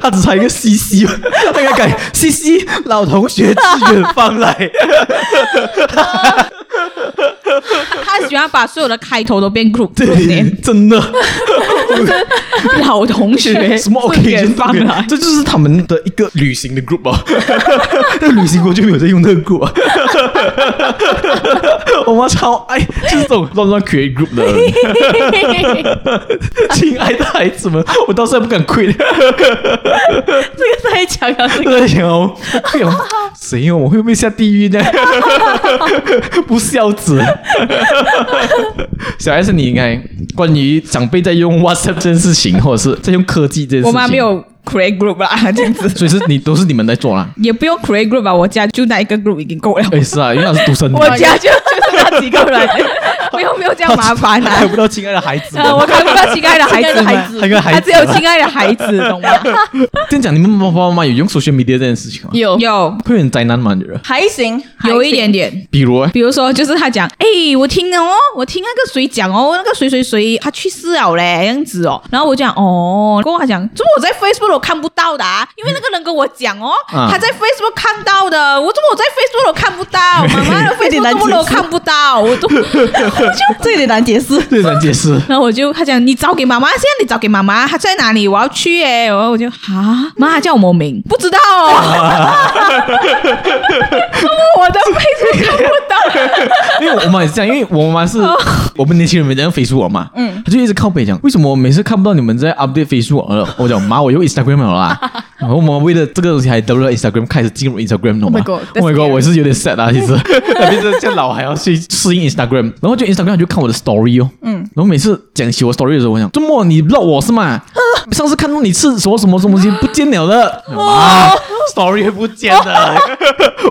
S1: 他只差一个 CC，他应该改 CC 老同学致远方来。 <laughs>
S2: 他喜欢把所有的开头都变 group，
S1: 对， <laughs> 真的，
S2: 老同 <laughs> 学
S1: 什么 occasion
S2: 放
S1: 都可以 <laughs>
S2: 了。
S1: 这就是他们的一个旅行的 group 啊。 <laughs> 那旅行过就没有在用那个 group 啊。 <laughs> 我妈超爱，就是这种乱乱 create group 的人。
S2: <laughs>
S1: 亲爱的孩子们，我到现在不敢 quit。
S5: 这个太强了，这个
S1: 在想哦，哎呦，谁哦？我会不会下地狱呢？ <laughs> 不孝子。小 S，你应该关于长辈在用 WhatsApp 这件事情，或者是在用科技这件事情，
S2: 我妈没，有 create group 啦，这样子
S1: <laughs> 所以是你都是你们在做
S2: <laughs>
S1: 啦。
S2: 也不用 create group 吧，我家就那一个 group 已经够了。
S1: 哎，是啊，因为他是独生女，
S2: 我家就就是那几个
S1: <laughs>
S2: 人，不用不用这样麻烦
S1: 他
S2: 啦、
S1: <laughs> 哎看不到亲爱的孩子们。
S2: <laughs> 呃，我看不到亲爱的孩子
S5: 亲爱的
S2: 们
S5: 孩，
S1: 他跟孩
S2: 他
S1: 子
S2: 只有亲爱的孩子，懂
S1: <laughs>
S2: 吗？
S1: 真讲，你们爸爸妈妈有用 social media 这件事情吗？
S5: 有
S2: 有
S1: 会很灾难吗？你觉得？
S5: 还行，
S2: 有一点点。
S1: 比如，
S2: 比如说，就是他讲，哎、我听了哦，我听那个谁讲哦，那个谁谁谁他去世了嘞，这样子哦。然后我讲哦，过后他讲，怎么我在 Facebook 我看不到的、啊？因为那个人跟我讲哦，
S1: 嗯
S2: 他在 Facebook 看到的，我怎么我在 Facebook 我看不到？妈妈的
S5: 有
S2: Facebook
S5: 点难
S2: 怎
S5: 解释
S2: 么我看不到？我都
S5: 就这有点难解释。
S1: 这难解释。
S2: 然后我就他讲你找给妈妈，现在你找给妈妈，她在哪里？我要去耶、然后我就啊，妈她叫我某名，不知道 <laughs> 哦，我的 f a 看不到，
S1: <laughs> 因因为我妈也是这样，因为我妈
S5: 哦
S1: 是我们年轻人每天 Facebook 我嘛，嗯，她就一直靠北讲，为什么我每次看不到你们在 update Facebook 我了？我讲妈，我用 Instagram 了
S5: <laughs>
S1: 啦。然后我妈为了这个东西还登录了 Instagram，开始进入 Instagram，懂吗
S5: Oh my god，that's
S1: my
S5: scary
S1: 我是有点 sad
S5: <laughs>
S1: 啊，其实，特别是像老还要去适应 Instagram，然后就 Instagram 就看我的 story 哦，嗯，然后每次讲起我 story 的时候，我想，周末你不知道我是吗？
S5: <laughs>
S1: 啊上次看到你吃什么什么东西不见了的，啊，story 会不见的，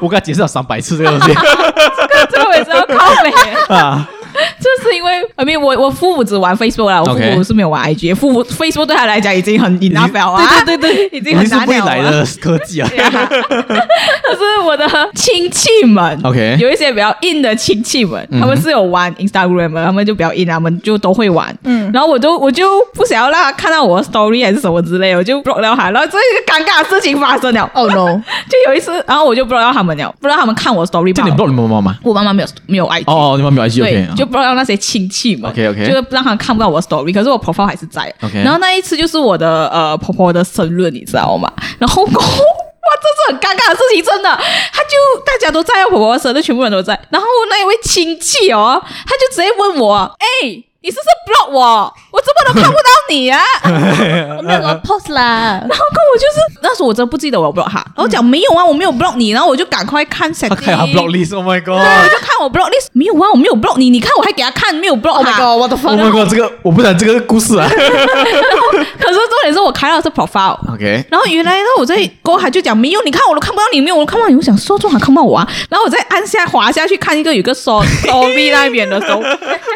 S1: 我跟他解释了三百次这个东西
S2: <laughs> 这个我也是要靠北。
S1: 啊。
S2: <laughs> 这是因为，I mean，我我父母只玩 Facebook 啦，我父
S1: OK
S2: 母是没有玩 IG，父母 Facebook 对他来讲已经很 enough 了啊，对对 <laughs> 对，已经
S1: 你
S2: 很
S1: 是
S2: 难
S1: 未
S2: 了
S1: 来
S2: 啊。 <laughs>
S1: 的科技啊。
S2: 可是我的亲戚们
S1: OK
S2: 有一些比较硬的亲戚们，他们是有玩 Instagram 的，他们就比较硬，他们就都会玩。嗯，然后我就我就不想要让他看到我的 story 还是什么之类的，我就 block 掉他，然后这一个尴尬的事情发生了。
S5: Oh
S1: 嗯
S5: no！
S2: 就有一次，然后我就 block 掉他们了，不让他们看我 story
S1: 这
S2: 罢
S1: 你
S2: 了。
S1: 不懂你妈妈吗？
S2: 我妈妈没有没有 IG，
S1: 哦，你妈没有 IG
S2: 对
S1: OK，，
S2: 就不让那些亲戚们
S1: OK，OK
S2: 就是让他们看不到我的 story，可是我 profile 还是在的。
S1: OK
S2: 然后那一次就是我的呃婆婆的生日，你知道吗？ <laughs> 然后哇，这是很尴尬的事情，真的。他就大家都在我婆婆的生日，全部人都在。然后那一位亲戚哦，他就直接问我，哎、你是不是 block 我？我怎么都看不到你啊？ <laughs>
S3: 我没有我 post 啦，
S2: 然后跟我就是那时候我真的不记得我有 block 他，然后讲没有啊，我没有 block 你，然后我就赶快看 <laughs> s
S1: <laughs>
S2: e
S1: 他
S2: t
S1: 开他 block list，Oh，Oh my god，Oh
S2: 我就看我 block list 没有啊，我没有 block 你，你看我还给他看没有 block 他。
S5: 我的
S1: Oh my god，这个我不讲这个故
S2: <laughs>
S1: 事啊。
S2: 可是重点是我开到是 profile，
S1: OK，
S2: 然后原来呢我在勾还就讲没有，你看我都看不到你，没有我都看不到你，我想说中还看不到我啊，然后我再按下滑下去看一个有一个 so sorry 那边的时候，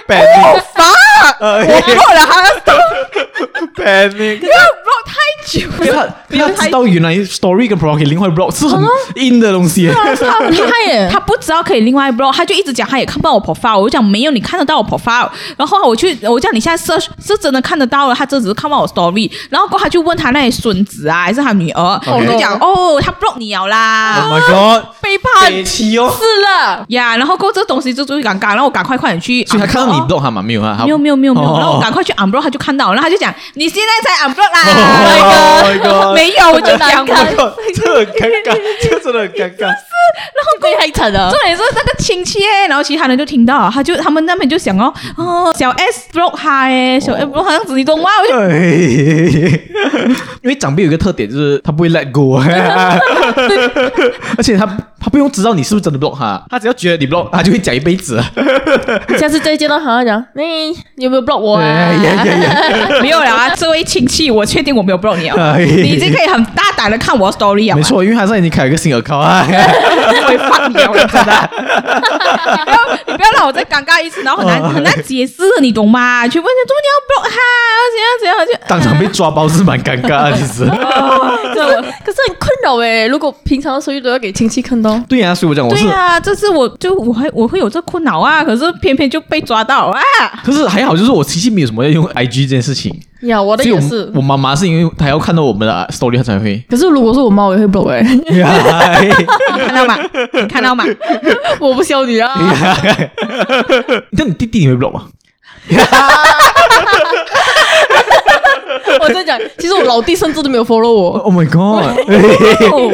S1: 本命， <laughs>
S2: fuck，
S1: 呃
S2: 我过了他的 story，
S1: <laughs> 本命。
S2: block 太久
S1: 可是他
S2: 了，
S1: 他知道原来 story 跟 block 另外 block 是
S2: 啊
S1: 很硬的东西。
S5: 很厉害耶！
S2: 他不知道可以另外 block，他就一直讲他也看不到我 profile，我就讲没有，你看得到我 profile。然后我去，我叫你现在 search 是真的看得到了，他这只是看不到我 story。然后过后他就问他那些孙子啊，还是他女儿
S1: OK
S2: 我就讲哦，他 block 你
S1: <laughs>
S2: 了
S1: Oh
S2: 啦，
S1: my god，
S2: 背叛
S1: 北齐哦。
S2: 是了呀。然后过后这东西就最尴尬，然后我赶快快点去，
S1: 所以他看到你。block 他嘛？没有啊？他
S2: 没有没有没有没有，
S1: 哦
S2: 然后我赶快去 unblock，他就看到，然后他就讲你现在才 unblock 啦
S1: <laughs>
S2: <laughs>
S1: Oh my god
S2: 没有，我就讲
S1: Oh my god，这很尴
S2: <laughs>
S1: 尬，这真的很尴尬。
S3: 被害惨了
S2: 重。点是那个亲戚耶，然后其他人就听到，他就他们那边就想哦，哦，小 S block 他哎，小 S block 他这样子，你懂吗？我就
S1: 对，因为长辈有一个特点就是他不会 let go，而且他他不用知道你是不是真的 block 他，他只要觉得你 block，他就会讲一辈子。
S3: 下次再见到他讲，你有没有 block 我啊
S1: 哎？呀呀呀！
S2: 没有了
S1: <laughs>
S2: 啊，这位亲戚，我确定我没有 block 你啊，
S1: 哎
S2: 你已经可以很大胆的看我的 story
S1: <laughs>
S2: 啊，
S1: 没，错，因为他现在已经开了一个新 account <laughs> 啊。
S2: 我会放你啊，我真的，你不要 <laughs> 你不要让我再尴尬一次，然后很
S1: 哦
S2: 难很难解释的，你懂吗？去问他怎么你要 block 他，怎样怎样就
S1: 当场被抓包是蛮尴
S3: <laughs>
S1: 尬的，其实。
S3: 可是很困扰哎，如果平常的时候都要给亲戚看到，
S1: 对呀、所以我讲我是
S2: 对，啊，这次我就我还我会有这苦恼啊，可是偏偏就被抓到啊。
S1: 可是还好，就是我其实没有什么要用 IG 这件事情。
S3: 呀，我的
S1: 所以
S3: 也
S1: 我
S3: 是。
S1: 我妈妈是因为她要看到我们的 story 她
S3: <laughs>
S1: 才会。 <laughs>
S5: 可是如果是我妈，我也会 block 哎，
S2: 你看
S1: <laughs>
S2: 到吗？你看到吗？
S5: <laughs> 我不笑你啊！
S1: 那你弟弟你会 block 吗？
S5: 我在讲，其实我老弟甚至都没有 follow 我，
S1: Oh my god！
S3: <laughs>
S2: 哦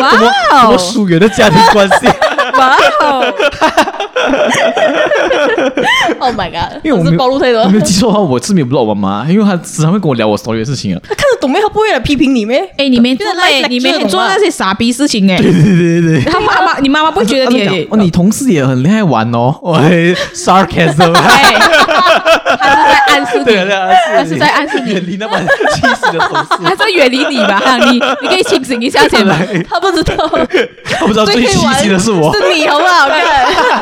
S2: 哇
S1: 多
S2: 哦，
S1: 疏远的家庭关系，
S2: 哇哦，
S3: Oh my god！
S1: 因为我
S3: 我
S1: 没
S3: 是
S1: 有
S3: 暴露太多
S1: 我，没有记错的话，我是没有 block 我妈妈，因为她时常会跟我聊我 story 的事情啊。
S5: 他看得懂没？他不会来批评你咩？
S2: 哎，你没做
S5: 就是 life
S2: 哎，你
S5: lecture
S2: 没
S5: 懂
S2: 做
S5: 吗
S2: 那些傻逼事情哎。
S1: 对对对。
S2: 他妈妈，你妈妈不会觉得
S1: 她讲
S2: 你
S1: 哦，你同事也很厉害玩哦，喂，sarcasm，
S2: <laughs>
S1: <laughs>
S2: 哎，他是在暗示
S1: 对
S2: 你，
S1: 啊，
S2: 她是在暗示你
S1: 远离那么气死的同事，
S2: 他在远离你吧？你你可以清醒一下
S1: <laughs>
S2: 先吧。
S3: 他不知道，
S1: 我不知道最气息的是
S5: 뭐.
S1: 我，
S3: 是你好不
S5: <laughs>
S3: 好？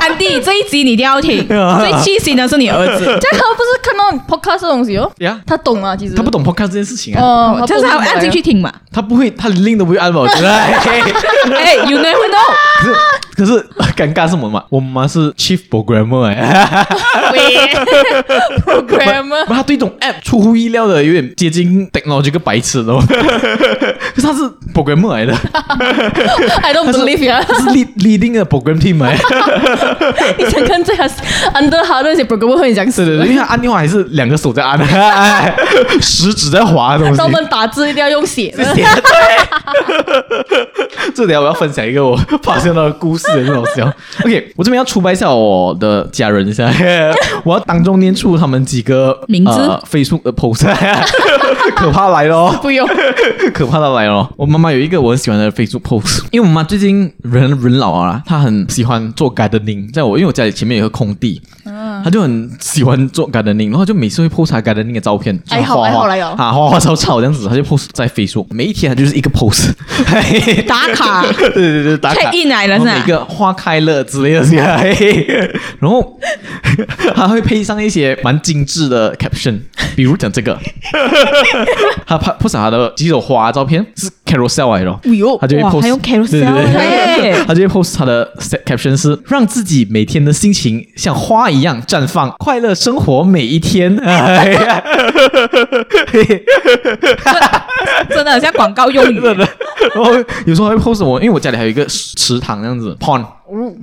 S2: 安迪，这一集你一定要听，
S1: 啊
S2: 最气心的是你儿
S1: <laughs>
S2: 子，
S5: 这样他不是看到 podcast 这东西哦？
S1: 呀，
S5: 他懂啊，其实
S1: 她不懂 podcast 这件事情啊，
S5: 哦，
S2: 就是他按进去听
S1: <laughs>
S2: 嘛。
S1: 她不会，她 link 都不会按吧？我觉得。嘿嘿
S2: 哎，You never know。
S1: 可是可是尴尬是我妈，我妈是 chief programmer 哎、
S5: <laughs>
S2: 啊
S5: programmer
S1: 不，她对这种 app 出乎意料的有点接近 technology 个白痴
S2: <laughs>
S1: 哦。可是她是 programmer 来的，
S5: ，I don't
S1: 她是
S5: believe <laughs> ya。
S1: 她是 lead leading 的 program team
S2: <laughs>
S1: 哎，
S5: 你想看这个 under 他那些 programmer 会讲
S1: 对
S5: 死
S1: 对对，因为她按电话还是两个手在按， <laughs> 哎食指在滑的东西 <laughs>
S5: 他。们打字一定要用写
S1: 这
S5: 的。
S1: 写的对，这等一下我要分享一个我发现到的故事，事，很好笑。OK，我这边要出卖一下我的家人一下， <laughs> 我要当众念出他们几个
S2: 名字
S1: 呃、Facebook 的 post，可怕来咯，
S6: 不用，
S1: <laughs> 可怕的来咯。我妈妈有一个我很喜欢的 Facebook post，因为 <laughs> 我妈最近人人老啊，她很喜欢做 gardening，在我因为我家里前面有一个空地，
S6: 嗯
S1: 她就很喜欢做 gardening，然后就每次会 post 她 gardening 的照片，
S6: 爱好
S1: 花
S6: 爱好
S1: 花
S6: 来哦
S1: 啊，花花草草这样子，她就 post 在 Facebook，每一天她就是一个 post， <laughs>
S2: 打卡
S1: 对对对，打卡
S2: check in 来了
S1: 然
S2: 是
S1: 后
S2: 吧
S1: 每？个花开了之类的东西啊，嘿嘿嘿然后还会配上一些蛮精致的 caption，比如讲这个，他拍不少他的几手花照片是 carousel 来的哦，
S6: 哎呦
S5: 아,
S1: 他就会
S2: 哇
S1: post，
S2: 还用 carousel
S1: 对 <laughs> 对对
S2: 嘞
S1: 他就会 post 他的 set- caption 是让自己每天的心情像花一样绽放，快乐生活每一天。哎呀嘿嘿
S2: 真的很像广告用语，
S1: 真的。然后有时候还会 post 我，因为我家里还有一个池塘这样子 pond，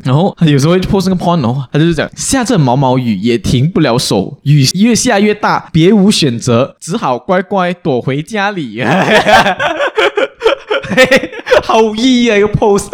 S1: 然后他有时候会 post 那个 pond，然后他就是讲下着毛毛雨也停不了手，雨越下越大，别无选择，只好乖乖躲回家里。 <laughs> 嘿嘿好意啊，一个 <laughs> post，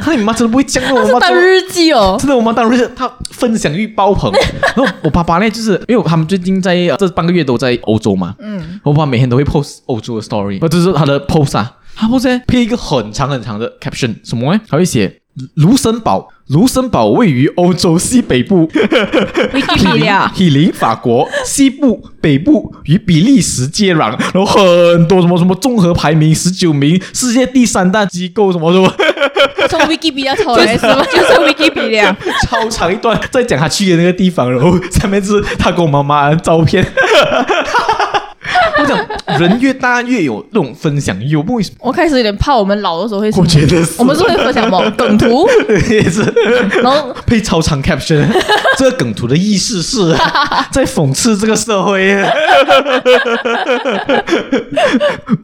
S1: 他你妈真的不会讲的，我妈
S5: 当
S1: 真的
S5: 日记哦，
S1: 真的，我妈当然是她分享欲爆 <laughs> 棚。然后我爸爸呢，就是因为他们最近在呃这半个月都在欧洲嘛，嗯，我爸爸每天都会 post 欧洲的 story，呃，这是他的 post 啊，他 post 呢配一个很长很长的 caption，什么呢？他会写卢森堡。卢森堡位于欧洲西北 <laughs> 部，哎
S2: Wikipedia
S1: 毗邻法国西部、北部与比利时接壤，然后很多什么什么综合排名十九名，世界第三大机构什么什么，
S5: 从 Wiki 比较抄
S2: 就
S5: 来
S2: 哦是
S5: 是吗？
S2: <laughs> 就是 Wikipedia，
S1: <laughs> 超长一段在讲他去的那个地方，然后上面是他跟我妈妈的照片。我讲人越大越有那种分享欲，我不会，
S5: 我开始有点怕我们老的时候会什么
S1: 我觉得是
S5: <laughs> 我们是会分享什么梗图，
S1: <laughs> 也 <laughs> 是
S5: 然后
S1: 配超长 caption，这个梗图的意思是在讽刺这个社会。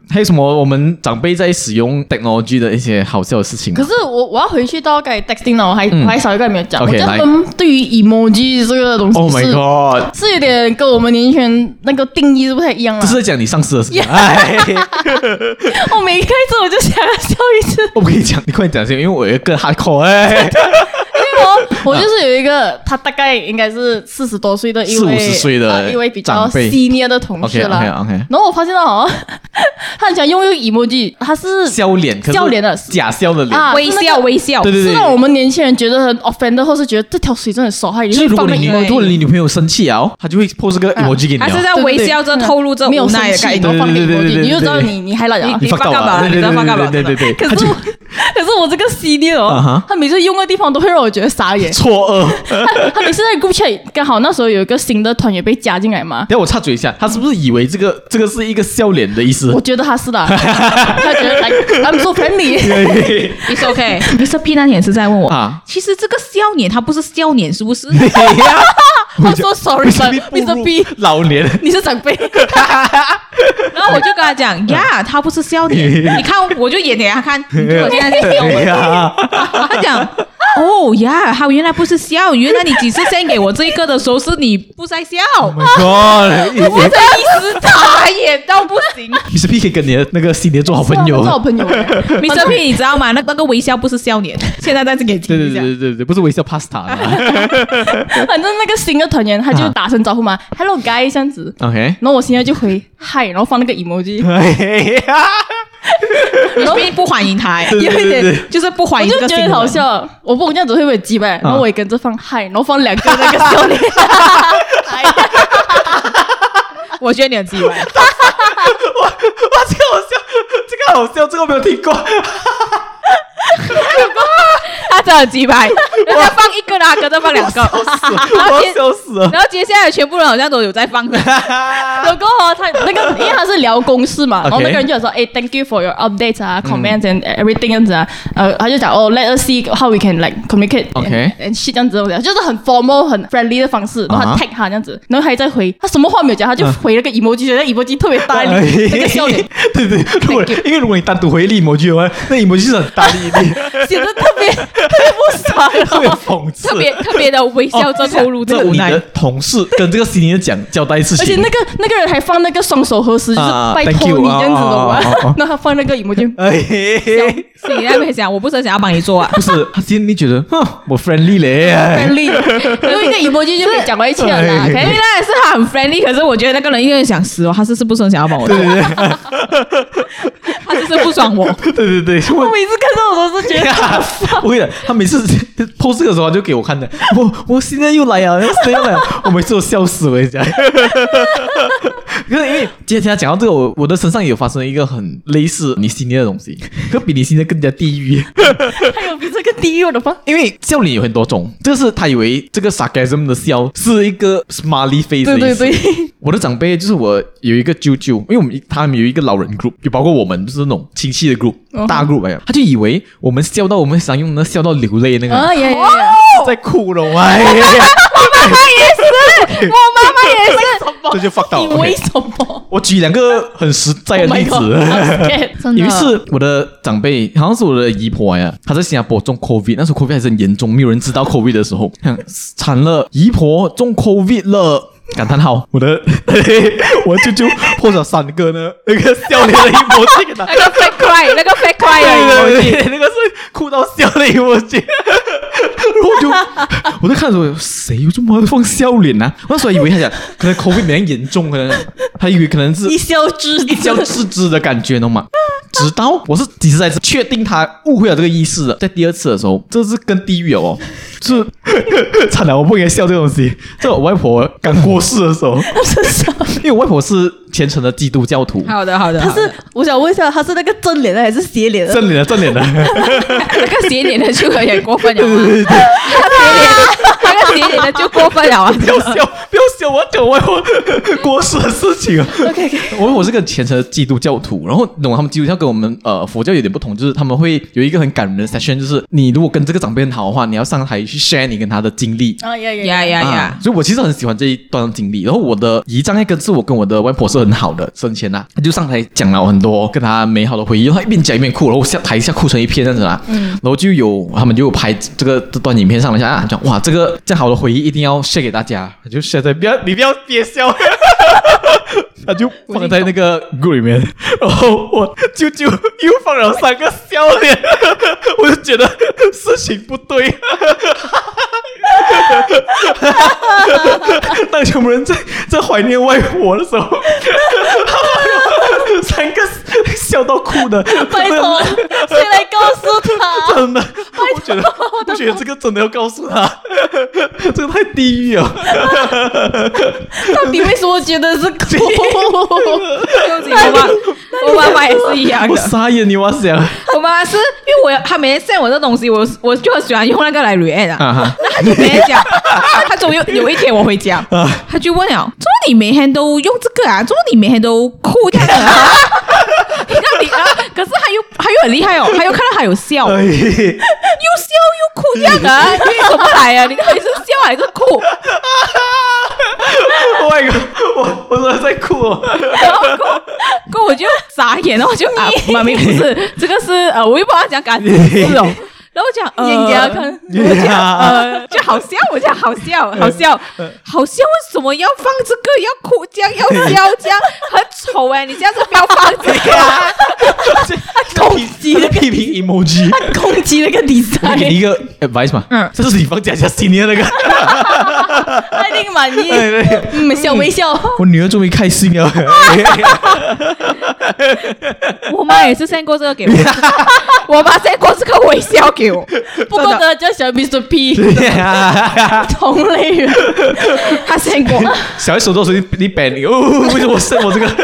S1: 还有什么我们长辈在使用 technology 的一些好笑的事情吗？
S5: 可是我我要回去到刚才 texting 了，我还、
S1: 嗯
S5: 我还少一个还没有讲。
S1: OK，
S5: 我觉得
S1: 来
S5: 他们对于 emoji 这个东西
S1: Oh my
S5: 是、
S1: god！
S5: 是有点跟我们年轻人那个定义是不太一样啊了
S1: 这。是在讲你上司的事情。哎
S5: <laughs> 我每一开始我就想要笑一次，
S1: 我跟你讲，你快点讲先，因为我有一个 hardcore 哎， <laughs> 啊
S5: 因为哦我我就是有一个他大概应该是四十多岁的一位
S1: 40-50岁的
S5: 呃一位比较
S1: 长辈
S5: senior 的同事啦。
S1: OK，OK，OK
S5: 然后我发现到好像 <laughs> 他很喜欢用一个 emoji，他是
S1: 笑脸，可是
S5: 笑脸的
S1: 假笑的脸。
S5: 啊
S2: 微
S5: 是那
S2: 笑
S5: 个
S2: 微笑
S1: 对，对
S5: 是
S1: 对，
S5: 让我们年轻人觉得很 offended，或是觉得这条水真的很手害，你
S1: 就是如
S5: 放
S1: 果
S5: 那
S1: 你女
S5: 个
S1: 如果你女朋友生气啊，她就会 post 这个 emoji 给你
S2: 他是
S1: 啊。
S2: 在微笑着透露着
S5: 没有
S2: 无
S5: 生
S2: 奈的
S5: 气，
S2: 感
S5: 然
S2: 觉。
S5: 后放给
S1: 对对对对对
S5: emoji，你就知道
S1: 对啊对
S5: 你你还来了。
S2: 你
S1: 放到
S2: 你放到吧
S1: 对对
S2: 你放到吧
S1: 对对对对，
S5: 可
S1: 她
S5: 是
S1: 就
S5: 我，可是我这个 senior，
S1: 啊
S5: 哦
S1: 哈
S5: 他每次用的地方都会让我觉得傻眼。
S1: 错愕。
S5: 他他每次在 group chat，刚好那时候有一个新的团员被加进来嘛，
S1: 等一下我插嘴一下，她是不是以为这个这个是一个笑脸的意思
S5: 我？觉得他是的，他觉得 like I'm
S1: <laughs>
S5: so friendly，
S2: It's OK。Mr P 那天也是在问我
S1: 啊，
S2: 其实这个笑脸它不是笑脸，是不 <laughs> 是？
S1: 哎 <laughs> 呀，
S5: I'm so sorry but
S1: 你步入
S5: Mr. B，
S1: 老年
S5: 你是长辈，
S2: 然后我就跟他讲呀，他不是笑脸，你看我就演给他看，你看我现在在笑。
S1: 哎呀，
S2: 他讲哦呀，他原来不是笑，原来你几次献给我这个的时候是你不在笑，
S1: Oh God，
S2: 我这一时傻眼到不 <laughs> 行。
S1: 你是 P 可以跟你的那个新年做好朋友
S5: 是。好朋友。
S1: <laughs>
S2: Mr P，你知道吗？那那个微笑不是笑脸，现在在这给你
S1: 对
S2: 听
S1: 对
S2: 一下
S1: 对。对对对，不是微笑 pasta 啦。
S5: 反正那个新的团员他就
S1: 啊
S5: 打声招呼嘛，Hello guys 这样子，
S1: OK，
S5: 然后我现在就回 Hi，然后放那个
S1: <laughs>
S5: emoji，
S1: 哎呀，
S2: 你并不欢迎他，
S1: 对对对对，
S2: 就是不
S5: 我
S2: 欢迎这
S5: 就
S2: 个
S5: 觉
S2: 新
S5: 得
S2: 闻。
S5: 很好笑，我不我这样子会不会击败？
S1: 啊
S5: 然后我也跟着放 Hi，然后放两个那个笑脸，
S2: 我觉得你很机歪。
S1: 哇，这个好笑，这个好笑，这个我没有听过。
S2: 他真的很鸡 <laughs> 掰，人家放一个，然后他跟着放两 <laughs>
S1: <laughs>
S2: 个，
S1: 我要笑死了。
S2: 然后接下来全部人好像都有在放 <laughs> 的，
S5: 有过哦，他那个因为他是聊公事嘛，然后
S1: OK
S5: 那个人就讲说，哎，Thank you for your updates 啊，comments
S1: 嗯
S5: and everything 这样子啊，呃，他就讲哦，Let us see how we can like communicate and-
S1: OK
S5: and shit 这样子，我讲就是很 formal 很 friendly 的方式，然后
S1: 啊哈
S5: 他 tag 他这样子，然后他还在回，他什么话没有讲，他就回了个
S1: Uh
S5: emoji，觉得 emoji 特别
S1: 哎 <laughs>
S5: 大力，那个笑脸
S1: 对对，如果
S5: Thank you
S1: 因为如果你单独回力模具的话，那一模具是很大力 <laughs> 的，
S5: 显得特别特别不
S1: 特
S5: 爽
S1: 别
S2: 哦
S5: 了。
S1: 讽刺。哦
S2: 特别特别的微笑着透露
S1: 这
S2: 着
S1: 个
S2: 无
S1: 你
S2: 奈
S1: 的。同事跟这个新人讲交代事
S5: 而且
S1: 情
S5: 那，个那个人还放那个双手合十，就是
S1: 啊
S5: 拜
S1: thank
S5: 托
S1: you，
S5: 你这样子的
S1: 啊啊啊啊
S5: 嘛。那他放那个
S1: <laughs>
S5: emoji，
S1: 哎，
S2: <laughs> 所以在那边讲，我不是很想要帮你 <laughs> 做啊。
S1: 不是，他今天你觉得，哼，我 friendly 嘞，
S5: <laughs> 用一个 emoji 就可以讲完一切了啦。
S1: 哎
S2: 肯定那是他很 friendly，可是我觉得那个人应该想死哦，他是是不是很想要帮我做？ <laughs> 他就是不 <laughs> 爽我。
S1: 对对对，我
S5: 我每次看到我都是觉得，
S1: 我跟你讲，他每次 post 这个时候他就给我看的，我我现在又来啊，现在又来啊，我每次都笑死我跟你讲。 <laughs> 可是因为今天他讲到这个，我我的身上也有发生一个很类似你心里的东西，可比你心里更加地狱。
S5: 还有比这个低我的吗？
S1: 因为笑脸有很多种，这是他以为这个 sarcasm 的笑是一个 smiley face 的
S5: 对
S1: 意
S5: 对
S1: 思。
S5: 对，
S1: <laughs> 我的长辈就是我有一个舅舅，因为我们他们有一个老人 group，就包括我们就是那种亲戚的 group，、大
S5: 哦
S1: group 哎呀，他就以为我们笑到我们想用那笑到流泪那个，
S5: 啊呀呀呀！
S1: 在哭了
S5: <laughs>
S1: 哎呀，
S2: 我妈妈也是，
S1: 这就 fuck 到
S5: 你
S1: 了。
S5: 为
S1: OK
S5: 什 <laughs> 么？Oh
S1: 我举两个很实在的例 <laughs> 子。
S5: <laughs> 真
S1: 有一
S5: 的，
S1: 次，我的长辈好像是我的姨婆呀，她在新加坡中 COVID，那时候 COVID 还是很严重，没有人知道 COVID 的时候，惨了，姨婆中 COVID 了。感叹号！我的，我舅舅破了三个呢，那个笑脸的姨婆去给他，
S2: 那个 fake cry，那个 fake cry 而已。
S1: 对对对，那个是哭到笑的一个emoji，然后我就我在看的时候，谁有这么放笑脸呢、啊？我那时候还以为他讲可能口 o 没那么严重，可能他以为可能是
S5: 一笑置
S1: 一笑置之的感觉，你懂吗？直到我是几次才确定他误会了这个意思的，在第二次的时候，这是更地狱了哦，就是 <laughs> 惨了，我不应该笑这个东西。在我外婆刚过世的时候， <laughs> 因为我外婆是虔诚的基督教徒，
S2: 好的，好的，
S5: 他
S2: 好的
S5: 是我想问一下，他是那个正脸的还是斜脸的？
S1: 正脸的正脸的。
S2: 那个斜脸的就有点过分了嘛，
S5: <laughs>
S2: 那个斜脸的，那个斜脸的就过分了啊！
S1: 不要笑，不要笑，我要 <laughs> 讲外婆过世的事情啊。OK OK，我我是个虔诚的基督教徒，然后你懂他们基督教跟我们呃佛教有点不同，就是他们会有一个很感人的 session，就是你如果跟这个长辈很好的话，你要上台去 share 你跟他的经历。
S5: 啊呀
S2: <laughs> <laughs> 呀呀
S1: 啊
S2: 呀！
S1: 所以我其实很喜欢这一段经历。然后我的姨丈那个是我跟我的外婆是很好的，生前啊，她就上台讲了很多跟她美好的回忆，然后她一边讲一边哭，然后我下台下哭成一片这样子啊。
S2: 嗯
S1: 然后就有他们就有拍这个这段影片上来讲啊，讲哇，这个这样好的回忆一定要 share 给大家，就 share 在不要你不要憋笑。 <laughs> 他就放在那个 group 里面，然后我舅舅又放了三个笑脸，我就觉得事情不对。当全部人在在怀念外婆的时候，三个笑到哭的，
S5: 拜托，谁来告诉
S2: <laughs>
S5: 他？
S1: 真的，我觉得啊我觉得这个真的要告诉他，这个太地狱了。
S5: 到底为什么觉得是哭？ <laughs>
S2: 我妈，我妈妈也是一样
S1: 我
S2: 的。
S1: 傻眼，你妈想
S2: 我妈妈是因为我有她每天 send 我这东西，我我就很喜欢用那个来 react 啊。
S1: 啊
S2: 那她就每天讲，她总有有一天我回家，
S5: 啊
S2: 她就问了：“怎么你每天都用这个啊？怎么你每天都哭这样啊？” <laughs> 你那里啊，可是她又她又很厉害哦，她又看到她有笑，
S1: 哈，
S2: 又
S1: 哎，
S2: <laughs> 笑又哭这样啊，你怎么来啊？你到底是笑还是哭？
S1: 我一个我我真的在哭哦，
S2: 然后过过我就傻眼，然后我就啊，妈咪不是这个是呃，我又不知道讲感情是 <laughs> 哦。然后我讲，
S5: 眼
S2: 呃，
S5: 睛要啊看
S2: 呃，就好笑，我讲好笑，好笑， <laughs> 好笑，为什么要放这个？要哭这样，要笑这样，很丑哎！你这样子不要放这个啊！
S1: 攻击批评 emoji。
S5: 攻击那个
S1: 我
S5: 比
S2: 哎
S5: 赛，
S1: <laughs> 给你一个 advice 嘛，嗯，这是你放假假新年那个，
S5: 他一定满意。
S1: 哎对
S5: 嗯，小微笑，
S1: 我女儿终于开心了。
S2: <laughs> 哎我妈也是 send 过这个给我， <laughs> 我妈 send 过这个微笑给我，
S5: 不
S2: <laughs>
S5: 过呢，叫小 Mr. P
S1: 对哎呀
S5: 同类人，
S2: 她 send 过，
S1: 小孩手动手你你摆你哦，为什么我剩我这个？
S2: 他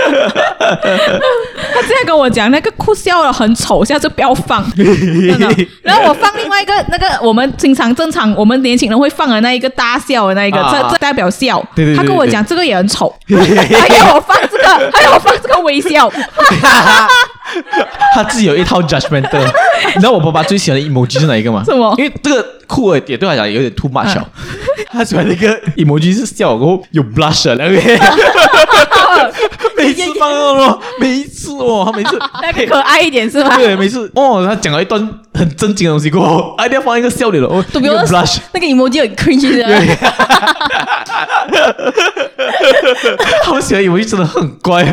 S2: 这样跟我讲，那个哭笑了很丑，下次不要放。真的然后我放另外一个那个我们经常正常我们年轻人会放的那一个大笑的那一个，
S1: 啊
S2: 这这代表笑。
S1: 对对对
S2: 他跟我
S1: 对
S2: 讲这个也很
S1: <laughs>
S2: 丑，他要我放这个，他要我放这个微笑。
S1: <laughs> 他自己有一套 judgment 的。你知道我爸爸最喜欢的 emoji 是哪一个吗？
S2: 什么嗯
S1: 因为这个酷儿也对他来讲有点 too much 哦。他喜欢那个 emoji 是笑，然后有 blush 的那
S2: <laughs>
S1: 个。每次放到咯，每一次哦，他每次
S2: <laughs> 那个可爱一点是
S1: <laughs>
S2: 吧？
S1: 对，每次哦，他讲了一段很正经的东西过后，啊一定要放一个笑脸了，哦，
S5: 都不
S1: 有
S5: 用
S1: blush。
S5: 那个 emoji 很 cringe 的，
S1: <laughs> 他们写的以为真的很乖，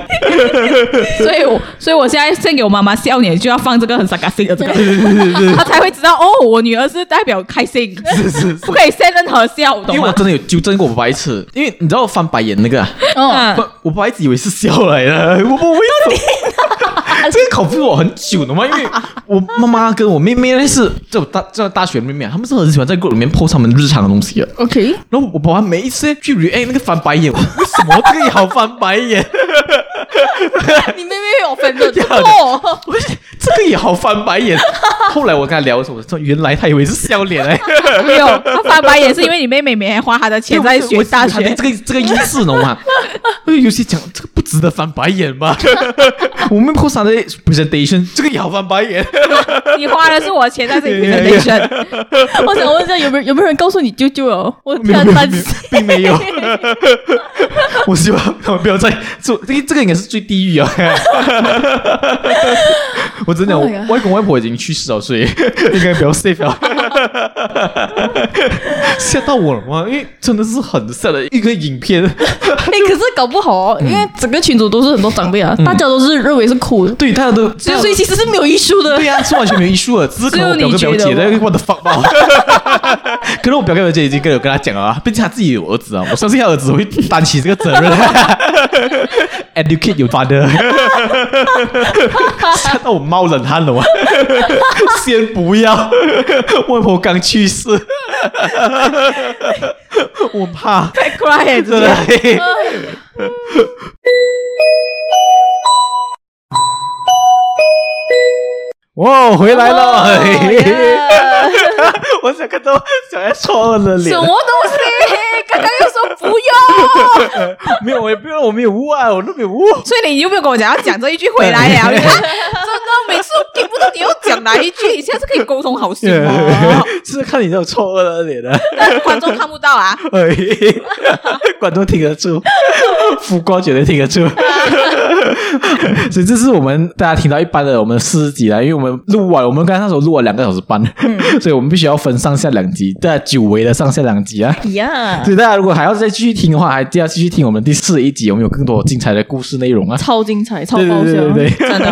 S1: <laughs>
S2: 所以我，所以我现在献给我妈妈笑脸，就要放这个很 sarcastic 的这个，她才会知道哦，我女儿是代表
S1: <laughs>
S2: 开心，
S1: 是是是
S2: 不。可以献任何笑，
S1: 因
S2: 懂
S1: 为我
S2: 吗？
S1: 真的有纠正过我白痴，因为你知道我翻白眼那 <laughs> 个、啊，
S5: 哦
S2: 嗯
S1: 不，我白痴以为是笑来的， <laughs> 我不为什么。 <laughs> 这个口服我很久的嘛，因为我妈妈跟我妹妹那是这种大这种大学妹妹啊，她们是很喜欢在 group 里面 post 她们日常的东西的。
S5: OK，
S1: 然后我爸爸每一次去 react 那个翻白眼，我为什么这个也好翻白眼？
S5: 你妹妹有分
S1: <laughs>
S5: 的
S1: 哦，我就 <laughs> 这个也好翻白眼。 <laughs> 后来我跟他聊的时候，我说原来他以为是笑脸 <laughs> 哎、
S2: 没有，她翻白眼是因为你妹妹每天花她的钱在学
S1: <laughs>
S2: 大
S1: 我
S2: 学
S1: 这。个这个意思懂 <laughs> 吗？我就啊哎有些讲这个不值得翻白眼吧。 <laughs> 我们 post 上的 presentation 这个也好翻白眼，
S2: 你花的是我钱在这里 presentation，
S5: 我想问一下，有没有有没有人告诉你舅舅哦？我突
S1: 没有
S5: 然
S1: 没有
S5: 担
S1: 没有
S5: 心，
S1: <laughs> 并没有。我希望他们不要再做这个，这个应该是最地狱啊！ <laughs> 我真的，我
S5: Oh my
S1: 外公外婆已经去世了，所以 <laughs> 应该比较 safe 了。吓到我了吗？因为真的是很吓的一个影片。
S5: 哎，可是搞不好哦，因为整个群组都是很多长辈啊，大家都是认为是哭的，
S1: 对，大家都
S5: 所以所以其实是没有艺术的
S1: 对。呀、是完全没有医术的，只是可能我表哥表姐在 what the fuck 吧。可能我表哥表姐已经跟我跟他讲了啊，毕竟他自己有儿子啊，我相信他儿子会担起这个责任。Educate your father，吓到我冒冷汗了哇！啊先不要， <laughs> 外婆刚去世，我怕。
S2: cry
S1: 真的。
S2: <laughs>
S1: 哇，回来了！嘿嘿嘿 <laughs> 我想看到小 S 错了脸
S2: 什，么东西？刚刚又说不用，
S1: <laughs> 没有，我也不知道，我没有误啊，我都没有误。
S2: 所以你又没有跟我讲要讲这一句回来了。你看，真的每次我听不到你要讲哪一句，你下次可以沟通好些哦。
S1: <laughs> 就是看你这种错愕的脸啊，
S2: 但观众看不到啊。
S1: 嘿嘿嘿观众听得出，浮光绝对听得出。所以这是我们大家听到一般的我们四十集啦，因为我们录完，我们刚才那时候录了两个小时半，所以我们必须要分上下两集，大家久违的上下两集啊。
S2: 嗯
S5: 呀，
S1: 所以大家如果还要再继续听的话，还要继续听我们第四十一集，我们有更多精彩的故事内容啊。
S5: 超精彩，超
S1: 对
S5: 爆
S1: 对对
S5: 笑。
S1: 对对，
S2: 真的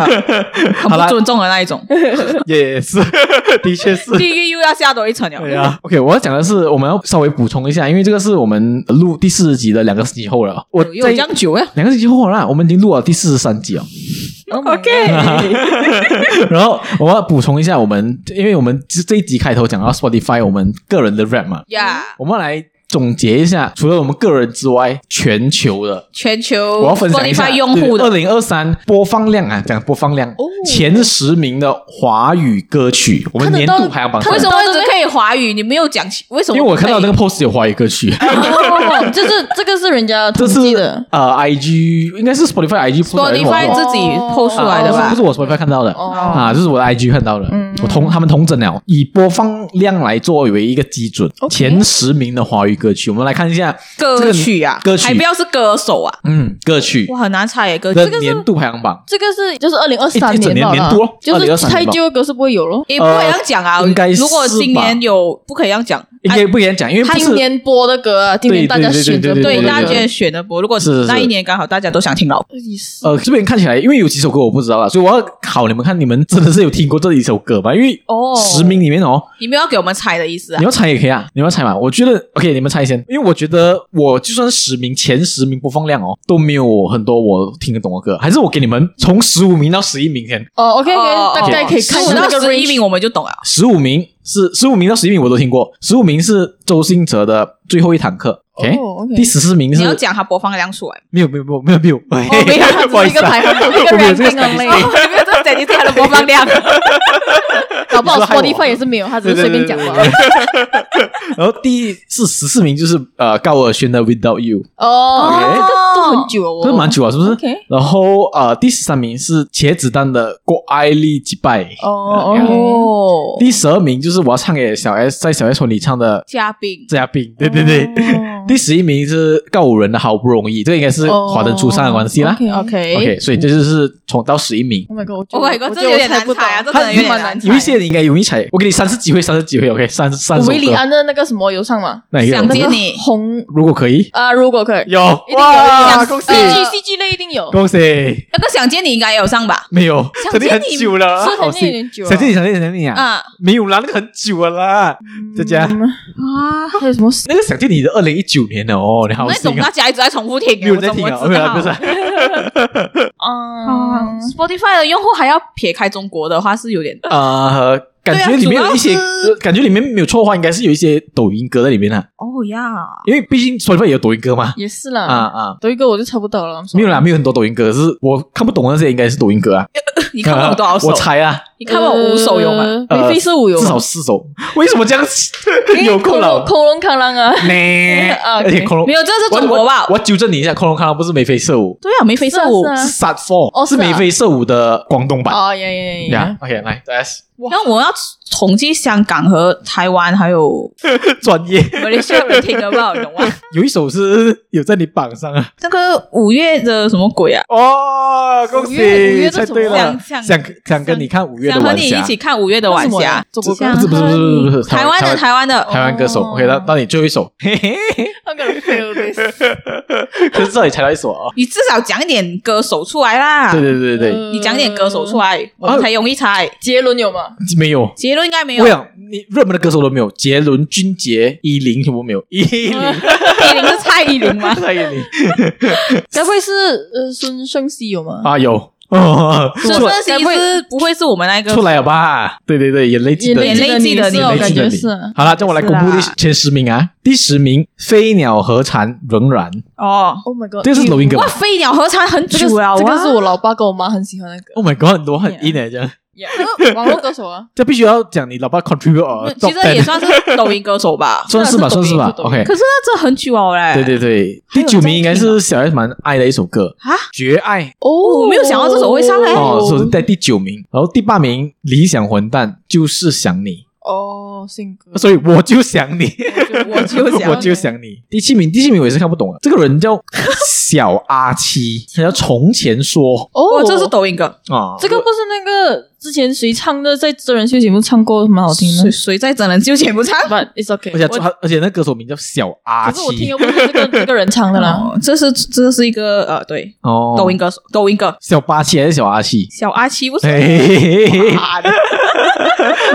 S1: <laughs>
S2: 很
S1: 好
S2: 不
S1: 啦
S2: 尊重的那一种。
S1: 也是，的确是。
S2: 第一个又要下多一层
S1: 对
S2: 了。
S1: 啊，OK，我要讲的是，我们要稍微补充一下，因为这个是我们录第四十集的两个星期后了。我
S2: 有
S1: 在
S2: 这样久呀
S1: 两个星期后啦，我们已经录了第四十三集了。
S2: ？OK，
S1: 然后我要补充一下，我们因为我们这这一集开头讲到 Spotify 我们个人的 rap 嘛，
S2: 呀，
S1: 我们来总结一下，除了我们个人之外，全球的
S2: 全球
S1: 我要分享一
S2: 哦 Spotify
S1: 下
S2: 用户
S1: 二
S2: 的
S1: 零二三播放量啊，讲播放量、前十名的华语歌曲，我们
S5: 看得
S1: 年
S5: 到
S1: 度排行榜上
S2: 为
S1: 面
S2: 什。么只可以华语？你没有讲清为什么？
S1: 因为我看到那个 post 有华语歌曲，
S5: 哦，这是这个是人家
S1: 这
S5: 统计
S1: 是
S5: 的，
S1: 呃 IG 应该是 Spotify IG post 还是我
S2: Spotify
S1: 我
S2: 自己
S5: 哦
S2: PO 出来的
S1: 啊
S2: 吧嗯
S1: 不是？不是我 Spotify 看到的
S5: 哦
S1: 啊，就是我的 IG 看到的，我同他们同整了，以播放量来作为一个基准，前十名的华语歌曲，我们来看一下这
S2: 歌
S1: 个
S2: 曲啊，
S1: 歌曲
S2: 还不要是歌手啊，
S1: 嗯，歌曲
S2: 我很难猜耶。歌这
S1: 的
S2: 个是
S1: 年度排行榜，
S5: 这个是就是二零二
S1: 一
S5: 三
S1: 一整
S5: 年
S1: 年
S5: 吧
S1: 年度哦
S5: 啦，就是
S1: 2023
S5: 太
S1: 年吧
S5: 旧的歌是不会有咯。
S2: 也不可以这样讲啊
S1: 呃应该。是吧
S2: 如果今年有，不可以这样讲。
S1: 应
S2: 哎
S1: 该不敢讲，因为不是
S5: 今年播的歌啊，今年大家
S1: 对对对
S5: 选择
S1: 对
S5: 播
S2: 对
S5: 的
S2: 大家
S5: 歌
S2: 今天选的播，如果
S1: 是是是
S2: 那一年刚好大家都想听老歌，
S5: 意思
S1: 呃，这边看起来，因为有几首歌我不知道了，所以我要考你们看，你们真的是有听过这一首歌吗？因为
S2: 哦
S1: 十名里面哦，
S2: 你们要给我们猜的意思啊
S1: 你？要猜也可以啊，你们要猜嘛？我觉得 OK，你们猜先，因为我觉得我就算是十名前十名播放量哦，都没有我很多我听得懂的歌，还是我给你们从十五名到十一名先，
S5: 哦，OK
S2: 哦
S5: OK，大概可以
S2: 十
S5: 看一
S2: 五
S5: 下
S2: 到
S5: 那个
S2: 十一
S5: range。
S2: 名我们就懂了。
S1: 十五名是十五名到十一名我都听过，十五名是周兴哲的《最后一堂课》，OK，、
S5: 哦，OK
S1: 第十四名
S2: 你
S1: 是
S2: 要讲它播放量出欸
S1: <laughs>
S2: 来，
S1: 没有没有没有没有没有，哦
S5: 没
S1: <laughs>
S5: 有它只是一个排行榜一个
S1: 我没有这
S5: ranking 而已
S1: statistic
S2: 你哦
S5: 哦
S2: 没有这点，你这它的播放
S1: <laughs>
S2: 量。
S1: 哦
S5: 搞不好
S1: 你说害我
S5: Spotify 也是没有，他只是随便讲吧。
S1: <laughs> 然后第是十四名就是呃高尔宣的《Without You》，
S5: 哦，
S1: OK
S5: 这个都很久哦，
S1: 这蛮久啊，是不是
S5: OK
S1: 然后呃第十三名是茄子蛋的《过爱丽击败》，
S5: 哦
S1: OK
S5: 哦，
S1: 第十二名就是我要唱给小 S 在小 S 婚礼唱的《
S2: 嘉宾
S1: 嘉宾》，对对对。第十一名是告五人的《好不容易》，这个应该是华灯初上的关系啦。
S5: OK，
S1: OK，所以这就是从到十一名。
S5: Oh my god！
S2: Oh my god，
S5: 我觉
S2: 这
S5: 得
S2: 有
S5: 我
S2: 点
S5: 猜
S2: 难
S5: 不
S2: 猜啊
S5: 到
S2: 这真的有点
S5: 蛮
S2: 难
S5: 难
S2: 猜
S1: 有一些你应该容易猜，我给你三次机会，三次机会，OK，三三首
S5: 维里
S1: 歌。
S5: 安的那个什么邮上吗？
S1: 哪一个？
S2: 想
S1: <laughs>
S2: 见你
S5: 红
S1: 如果可以，
S5: 啊，如果可以，
S1: 有
S5: 一定有，
S1: 恭喜
S5: CG CG 类一定有。
S1: 恭喜！
S2: 那个哎想见你应该有上吧？
S1: 没有，
S2: 想
S1: 真
S2: 见
S1: 的很
S2: 你
S1: 久了，
S5: 是
S1: 好
S5: 想见你
S1: 心
S5: 很久了
S1: 想见你，想见你，想见你啊！
S2: 啊
S1: 没有啦，那个很久了啦，
S2: 嗯
S1: 佳佳，
S2: 啊！
S5: 还有什么？
S1: 那个想见你的二零一九年的哦，你好
S2: 那种
S1: 心啊
S2: 大！家一直在重复听，
S1: 没有
S2: 我
S1: 人在
S2: 怎
S1: 听
S2: 么
S1: 啊，
S2: 知
S1: 没有啦，
S2: 道？
S1: 不是啊，
S2: <laughs> 啊
S5: 嗯，
S2: ，Spotify 的用户还要撇开中国的话是有点
S1: 呃，感
S2: 对啊
S1: 觉里面有一些
S2: 主要是，
S1: 呃感觉里面没有错的话，应该是有一些抖音歌在里面啊，
S2: 哦呀，
S1: 因为毕竟 Spotify 也有抖音歌嘛，
S5: 也是
S1: 啊
S5: 啦。
S1: 啊，
S5: 抖一个我就查不到了。I'm sorry
S1: 没有啦，没有很多抖音歌，可是我看不懂的那些应该是抖音歌啊，
S2: <laughs> 你看过我多少首
S1: <laughs> 我？猜啊，
S2: 你看过我五首有吗？
S5: 呃
S1: 呃
S5: 眉飞色舞有
S1: 至
S5: 吗，
S1: 少四首，为什么这样？ <laughs> 有空了
S5: 恐龙，恐龙扛狼啊！
S1: 呢，
S5: 啊
S1: 而且恐龙
S2: 没有，这是
S1: 我
S2: 中国吧
S1: 我？我纠正你一下，恐龙看到不是眉飞色舞，
S2: 对啊，眉飞色舞
S5: 是。啊
S1: 是 Sad Four，、
S5: 哦
S1: 是
S5: 是啊
S1: 眉飞色舞的广东版。
S5: 哦，呀呀呀
S1: 呀
S5: 呀！
S1: ，OK，来， <laughs> 大家
S2: 那我要统计香港和台湾还有
S1: 专业。
S2: 马来西亚人听得到，懂 <laughs> 吗？
S1: 有一首是有在你榜上啊！
S2: 那个五月的什么鬼啊？
S1: 哦，恭
S5: 五月五
S1: 喜，
S5: 月
S1: 猜
S5: 这什么
S1: 对了，
S2: 想
S1: 想想跟你看五月的
S2: 想和
S1: 晚
S2: 你
S1: 霞
S2: 一，起看五月的晚
S5: 为什么
S2: 霞
S5: 呀，中国歌
S2: 想
S1: 不是不是不是不是不是
S2: 台湾的台湾的
S1: 台湾歌手。
S5: 哦
S1: OK，到到你最后一首，嘿嘿，
S5: I'm gonna fail this
S1: 可 <laughs> 是这里才到一首啊！
S2: 你至少讲一点歌手出来
S1: <laughs>
S2: 啦。
S1: 对对对对对，
S5: 呃
S2: 你讲点歌手出来，我们才容易猜。
S5: 杰伦有吗？
S1: 没有。
S2: 杰伦应该没有，
S1: 我想你热门的歌手都没有，杰伦、俊杰、依林全部
S2: <laughs>
S1: 没有，依林、 <laughs>
S2: 依林是蔡依林吗？
S1: 蔡依林
S5: 该不会是呃孙盛熙有吗？
S1: 啊
S2: <laughs>
S1: 有，哦，<laughs>
S2: 孙
S1: 出
S2: 盛熙是不会是我们那
S1: <laughs>
S2: 个
S1: 出来了吧？对对对，眼泪记得你
S2: 眼泪记得你
S5: 是哦
S1: 眼泪
S5: 感
S1: 记得
S5: 觉
S1: 你
S5: 是啊。
S1: 好啦，叫我来公布第
S2: 是啦
S1: 前十名啊！第十名《飞鸟和蝉》仍然，
S2: 哦。
S5: Oh my god！
S1: 这个是抖音啊歌吧
S2: 哇，飞鸟合唱很
S5: 这
S2: 久
S5: 个
S2: 了，
S5: 这个
S2: 哇
S5: 是我老爸跟我妈很喜欢 <laughs> 的歌。
S1: Oh my god，我很硬哎，这样，
S5: Yeah，网络歌手啊，
S1: 这必须要讲你老爸 contribute 哦，。
S2: 其实也算是抖音歌手吧
S1: <laughs>
S2: 啊
S1: 算是吧，
S5: 是抖
S1: 算
S5: 音
S1: 是吧
S5: 是抖音
S1: ，OK
S2: 可。是那这很久啊了嘞。
S1: 对对对，第
S2: 还有
S1: 九名应该是小 S 蛮爱的一首歌
S2: 啊
S1: 《绝爱
S5: <laughs> 哦，
S2: 我没有想到这首会上
S5: 哎
S2: 来》，
S1: 哦，是在第九名。然后第八名《理想混蛋》就是想你，
S5: 哦，性格，
S1: 所以我就想你，
S5: 我就我
S1: <laughs>
S5: 就
S1: 我就想你。第七名，第七名我也是看不懂啊，这个人叫小阿七，他叫从前说
S5: 哦
S2: 哦，，这是抖音歌，
S1: 啊，
S5: 这个不是那个之前谁唱的，在真人秀节目唱过，蛮好听的
S2: 谁。谁在整人就全不唱？
S5: But it's okay，
S1: 而且
S5: 我
S1: 他，而且那歌手名叫小阿
S5: 可是我听
S1: 七
S5: 又不是这个这个人唱的啦。
S2: 哦这是这是一个呃，对，
S1: 哦，
S2: 抖音歌手，抖音歌，
S1: 小八七还是小阿七？
S2: 小阿七不是
S1: 嘿嘿嘿嘿嘿
S2: <laughs>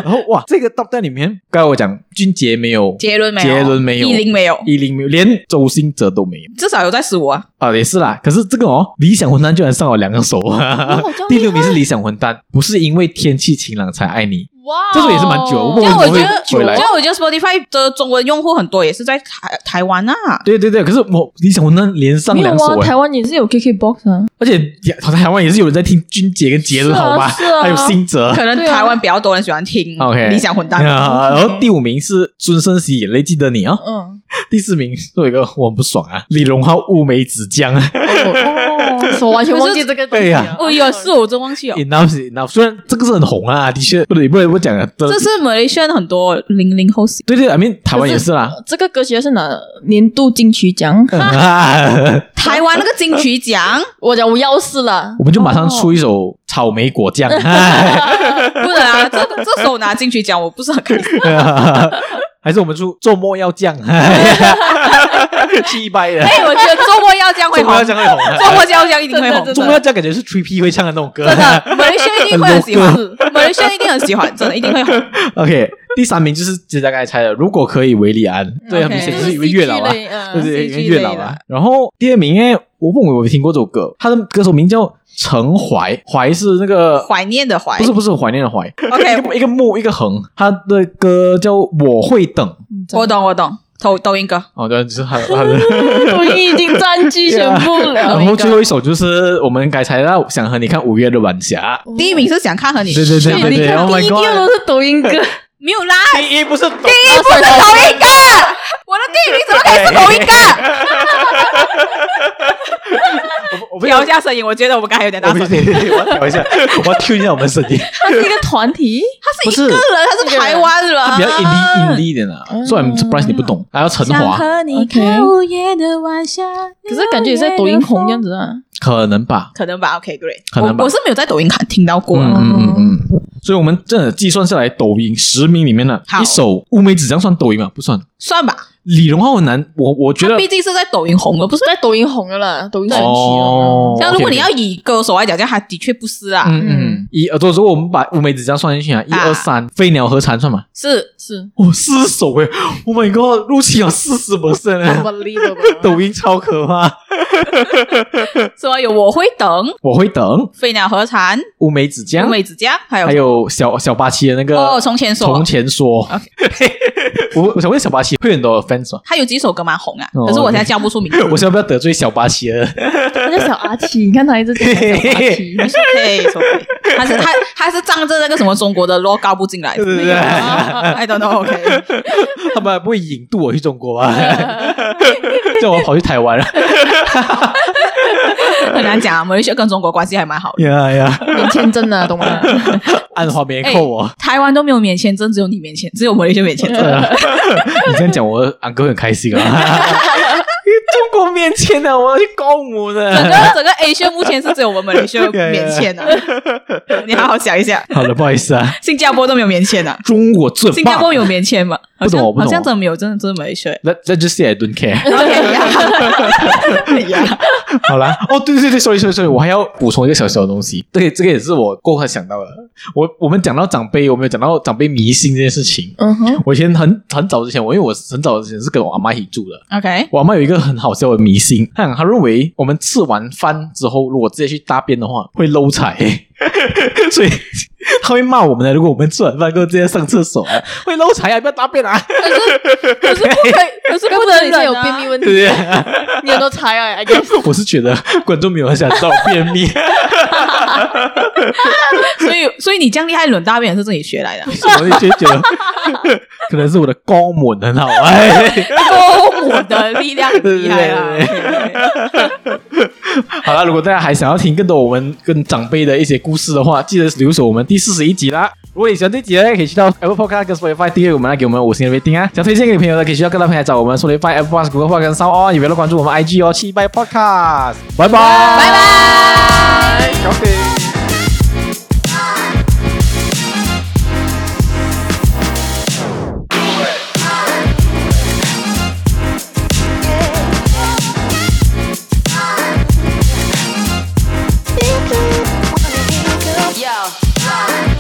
S1: 然后哇，这个 top 在里面，刚才我讲俊杰没有，
S2: 杰伦没有，
S1: 杰伦没有
S2: 依林没有，
S1: 依林没有，连周兴哲都没有
S2: 至少有在十五啊。
S1: 啊，也是啦。可是这个哦，理想混蛋居然上了两个手，啊第六名
S5: 哦
S1: 是理想混蛋，不是因为天气晴朗才爱你，
S5: <laughs> 哇哦
S1: 这首也是蛮久了，
S2: 因
S1: 为
S2: 为
S1: 什么
S2: 我觉
S1: 会
S2: 得，
S1: 回来
S2: 因？为我觉得 Spotify 的中文用户很多，也是在台台
S1: <laughs>
S2: 湾呐、啊。
S1: 对对对，可是我理想混蛋连上
S5: 没有
S1: 两首
S5: 啊，
S1: 哎
S5: 台，湾也是有 KKBOX 啊。
S1: 而且好像台湾也是有人在听俊杰跟杰伦，
S5: 是啊
S1: 好吧，
S5: 是啊
S1: 还有兴
S5: <laughs>
S1: 哲。
S2: 可能
S5: 对啊
S2: 台湾比较多人喜欢听
S1: OK
S2: 《理想混
S1: <laughs>
S2: 蛋》
S1: 啊，然后第五名是孙盛熙，眼泪记得你 <laughs> 啊、哦。
S5: 嗯，
S1: 第四名是有一个我很不爽啊， <laughs> 李荣浩雾眉啊子江。
S5: 哦，我完全忘记这个东
S1: 哎
S5: 西啊了。
S2: 哦，有是我真
S1: <laughs>
S2: 忘记
S1: <laughs>
S2: 了，
S1: enough is enough，虽然这个是很红啊，的确，不对，不能不讲啊，真的
S2: 这是马来西亚很多零零
S1: <laughs>
S2: 后喜
S1: 对对，I mean 台湾也是啦。嗯
S5: 这个歌曲是拿年度金曲奖，
S1: 呃
S2: 台湾那个金曲奖
S5: 我讲我要是啦
S1: <laughs> 我，们就马上出一首草莓果酱。哎
S2: 不能 <laughs> 啊，这这首拿金曲奖我不是很开心。
S1: <laughs> 还是我们出周末要 <laughs> 酱，气掰的。
S2: 哎，我觉得周末要这样会
S1: 周末
S2: 红
S1: 要，酱哎会红 <laughs>
S2: 周
S1: 啊，
S2: 末要这样一定会 <laughs> 红，
S5: 真
S1: 周末要酱感觉是 Three P 会唱的那种歌。
S2: 真的，马来西亚一定会 <laughs> 很喜欢，马来西亚一定很喜欢，真的一定会红。
S1: <laughs> OK，第三名就是直接刚才猜的，如果可以，维利安。 <laughs> 对，很明显就是因为月老啊。
S2: 嗯
S1: 对对，
S5: 嗯
S1: 因为月老啊。然后第二名，哎，我问我有没有听过这首歌，他的歌手名叫陈怀，怀是那个。
S2: 怀念的怀，
S1: 不是不是怀念的
S2: <laughs>
S1: 怀
S2: OK，
S1: 一个一个木一个横，他的歌叫我会等
S5: 嗯
S2: 我懂我懂，抖抖音歌，
S1: 哦，对，就是他他
S2: <laughs>
S1: 的。
S5: 我已经占据全部
S1: <laughs>
S5: 了。Oh
S1: 然后最后一首就是我们刚才到想和你看五月的晚霞，
S2: 第一名是想看和你，
S1: 对对对对
S5: 你
S1: 对
S5: 看
S1: ，Oh
S5: 第
S1: my
S5: 一、第二
S1: god，
S5: 都是抖音歌，
S2: 没有啦，
S1: 第一不是第
S2: 第一哦不是抖音歌，我的第一名怎么可
S1: 哎
S2: 以是抖音歌？
S1: 我不
S2: 调
S1: 要
S2: 一下声音，我觉得我们刚才有点
S1: <laughs> 我
S2: 大
S1: 不
S2: 声。
S1: 对对对，我要调一
S2: <laughs>
S1: 下，我要 tune 一下我们声音，
S5: 它是一个团 <laughs> 体。
S1: 不是
S2: 个啊人，他是台湾人，
S1: 比较 indie indie 一点啦，虽然 surprise 你不懂，还有陈华
S2: 和你
S5: OK
S2: 午夜的晚霞，
S5: 可是感觉也在抖音红这样子啊。
S1: 可能吧，
S2: 可能吧。OK，great，
S1: 可能吧
S2: 我我是没有在抖音看听到过，啊
S1: 嗯嗯嗯嗯，所以我们真的计算下来，抖音十名里面呢
S2: 好，
S1: 一首乌梅子酱算抖音吗？不算。
S2: 算吧，
S1: 李荣浩很难，我我觉得
S2: 他毕竟是在抖音红的，不是？
S5: 在抖音红的啦，抖音神奇啊了。
S1: 哦，
S2: 像如果你
S1: OK，OK
S2: 要以歌手来讲，这样他的确不是啊，
S1: 嗯嗯，一呃，如果我们把乌梅子酱算进去啊，一
S2: 啊
S1: 二三，飞鸟和蝉算嘛？
S2: 是
S5: 是
S1: 哦，四首诶 o h my god，陆琪有四十 percent
S2: <laughs>
S1: 哎，
S5: <laughs> unbelievable，
S1: 抖音超可怕。
S2: 是吧？有我会等、
S1: 我会等
S2: 飞鸟和蝉、
S1: 乌梅子酱
S2: 乌，梅子酱，还有
S1: 哎还有小小八七的那个
S2: 哦，从前说
S1: 从前说。 <laughs> 我我想问小八七会很多 fans 吗？ <laughs>
S2: 他有几首歌蛮红啊，
S1: 哦
S2: 可是我现在叫不出名字。
S1: 我现在不要得罪小八七了。
S5: 那个小阿七，你看他
S1: <laughs>
S5: 一直讲小阿七，
S2: 没事嗯可以说可以他是他他是仗着那个什么中国的 law 高不进
S1: <laughs>
S2: 来的哦
S1: 对对对
S2: ，I don't know OK。
S1: 他们不会引渡我去中 <laughs> 国吧？叫我跑去台湾了。啊
S2: 很难讲啊，马来西亚跟中国关系还蛮好的。
S1: 呀呀，
S5: 免签证的，懂 <laughs> 吗？
S1: 按华别人扣我。
S2: 台湾都没有免签证，只有你免签，只有马来西亚免
S1: <laughs> 哎
S2: 签证。
S1: 啊你这样讲，我俺哥很开心啊。 <laughs> 中国面前的，我要去告母
S2: 整
S1: 呢。
S2: 个整个 Asia 目前是只有我们马来西亚
S1: 啊
S2: 免签的、你好好想一下，
S1: <laughs> 好了，不好意思啊，
S2: 新加坡都没有免签的、
S1: 中国最
S2: 新加
S1: 棒
S2: 坡。有免签吗？好
S1: 不懂
S2: 像
S1: 我不懂
S2: 好像真的没有，真的真的马来西亚。 <laughs>
S1: Let Let just say I don't care。
S2: 哎 <laughs> 呀，
S1: 好啦，哦，对对对，sorry sorry sorry，我还要补充一个小小的东西，这个这个也是我过后想到的。我我们讲到长辈，我们有讲到长辈迷信这件事情。
S5: 嗯哼，
S1: <laughs> 我以前很很早之前，我因为我很早之前是跟我阿妈一起住的，
S2: OK，
S1: 我阿妈有一个很好笑的迷信，她她认为我们吃完饭之后，如果直接去大便的话会漏财， <laughs> 所以她会骂我们的。如果我们吃完饭之后直接上厕所、啊，会漏财啊，不要大便啊， <laughs>
S5: 可是
S2: 不
S5: 不
S2: 能
S5: 能你是有
S2: 忍啊
S5: 便秘问
S1: 对
S5: 题，
S1: 不对？
S5: 你很多财啊，I guess
S1: <laughs> 我是觉得观众没有很想知道我便秘，
S2: 所以所以你这样厉害，轮大便也是自己学来的。啊
S1: 所以我就觉得可能是我的肛门很好，哎，
S2: 多母哦的力量很厉害啊！
S1: 对对 <laughs> 好了，如果大家还想要听更多我们跟长辈的一些故事的话，记得留守我们第四十一集啦。如果你喜欢这集呢，可以去到 Apple Podcast 跟 Spotify 订阅我们，来给我们五星的 rating 啊。想推荐给你朋友的，可以去到各大平台找我们 Spotify、Apple Podcast、Google Podcast 跟 Sound On，也别忘了关注我们 IG 哦，七拜 Podcast，拜拜，拜拜，小品。
S7: Yo.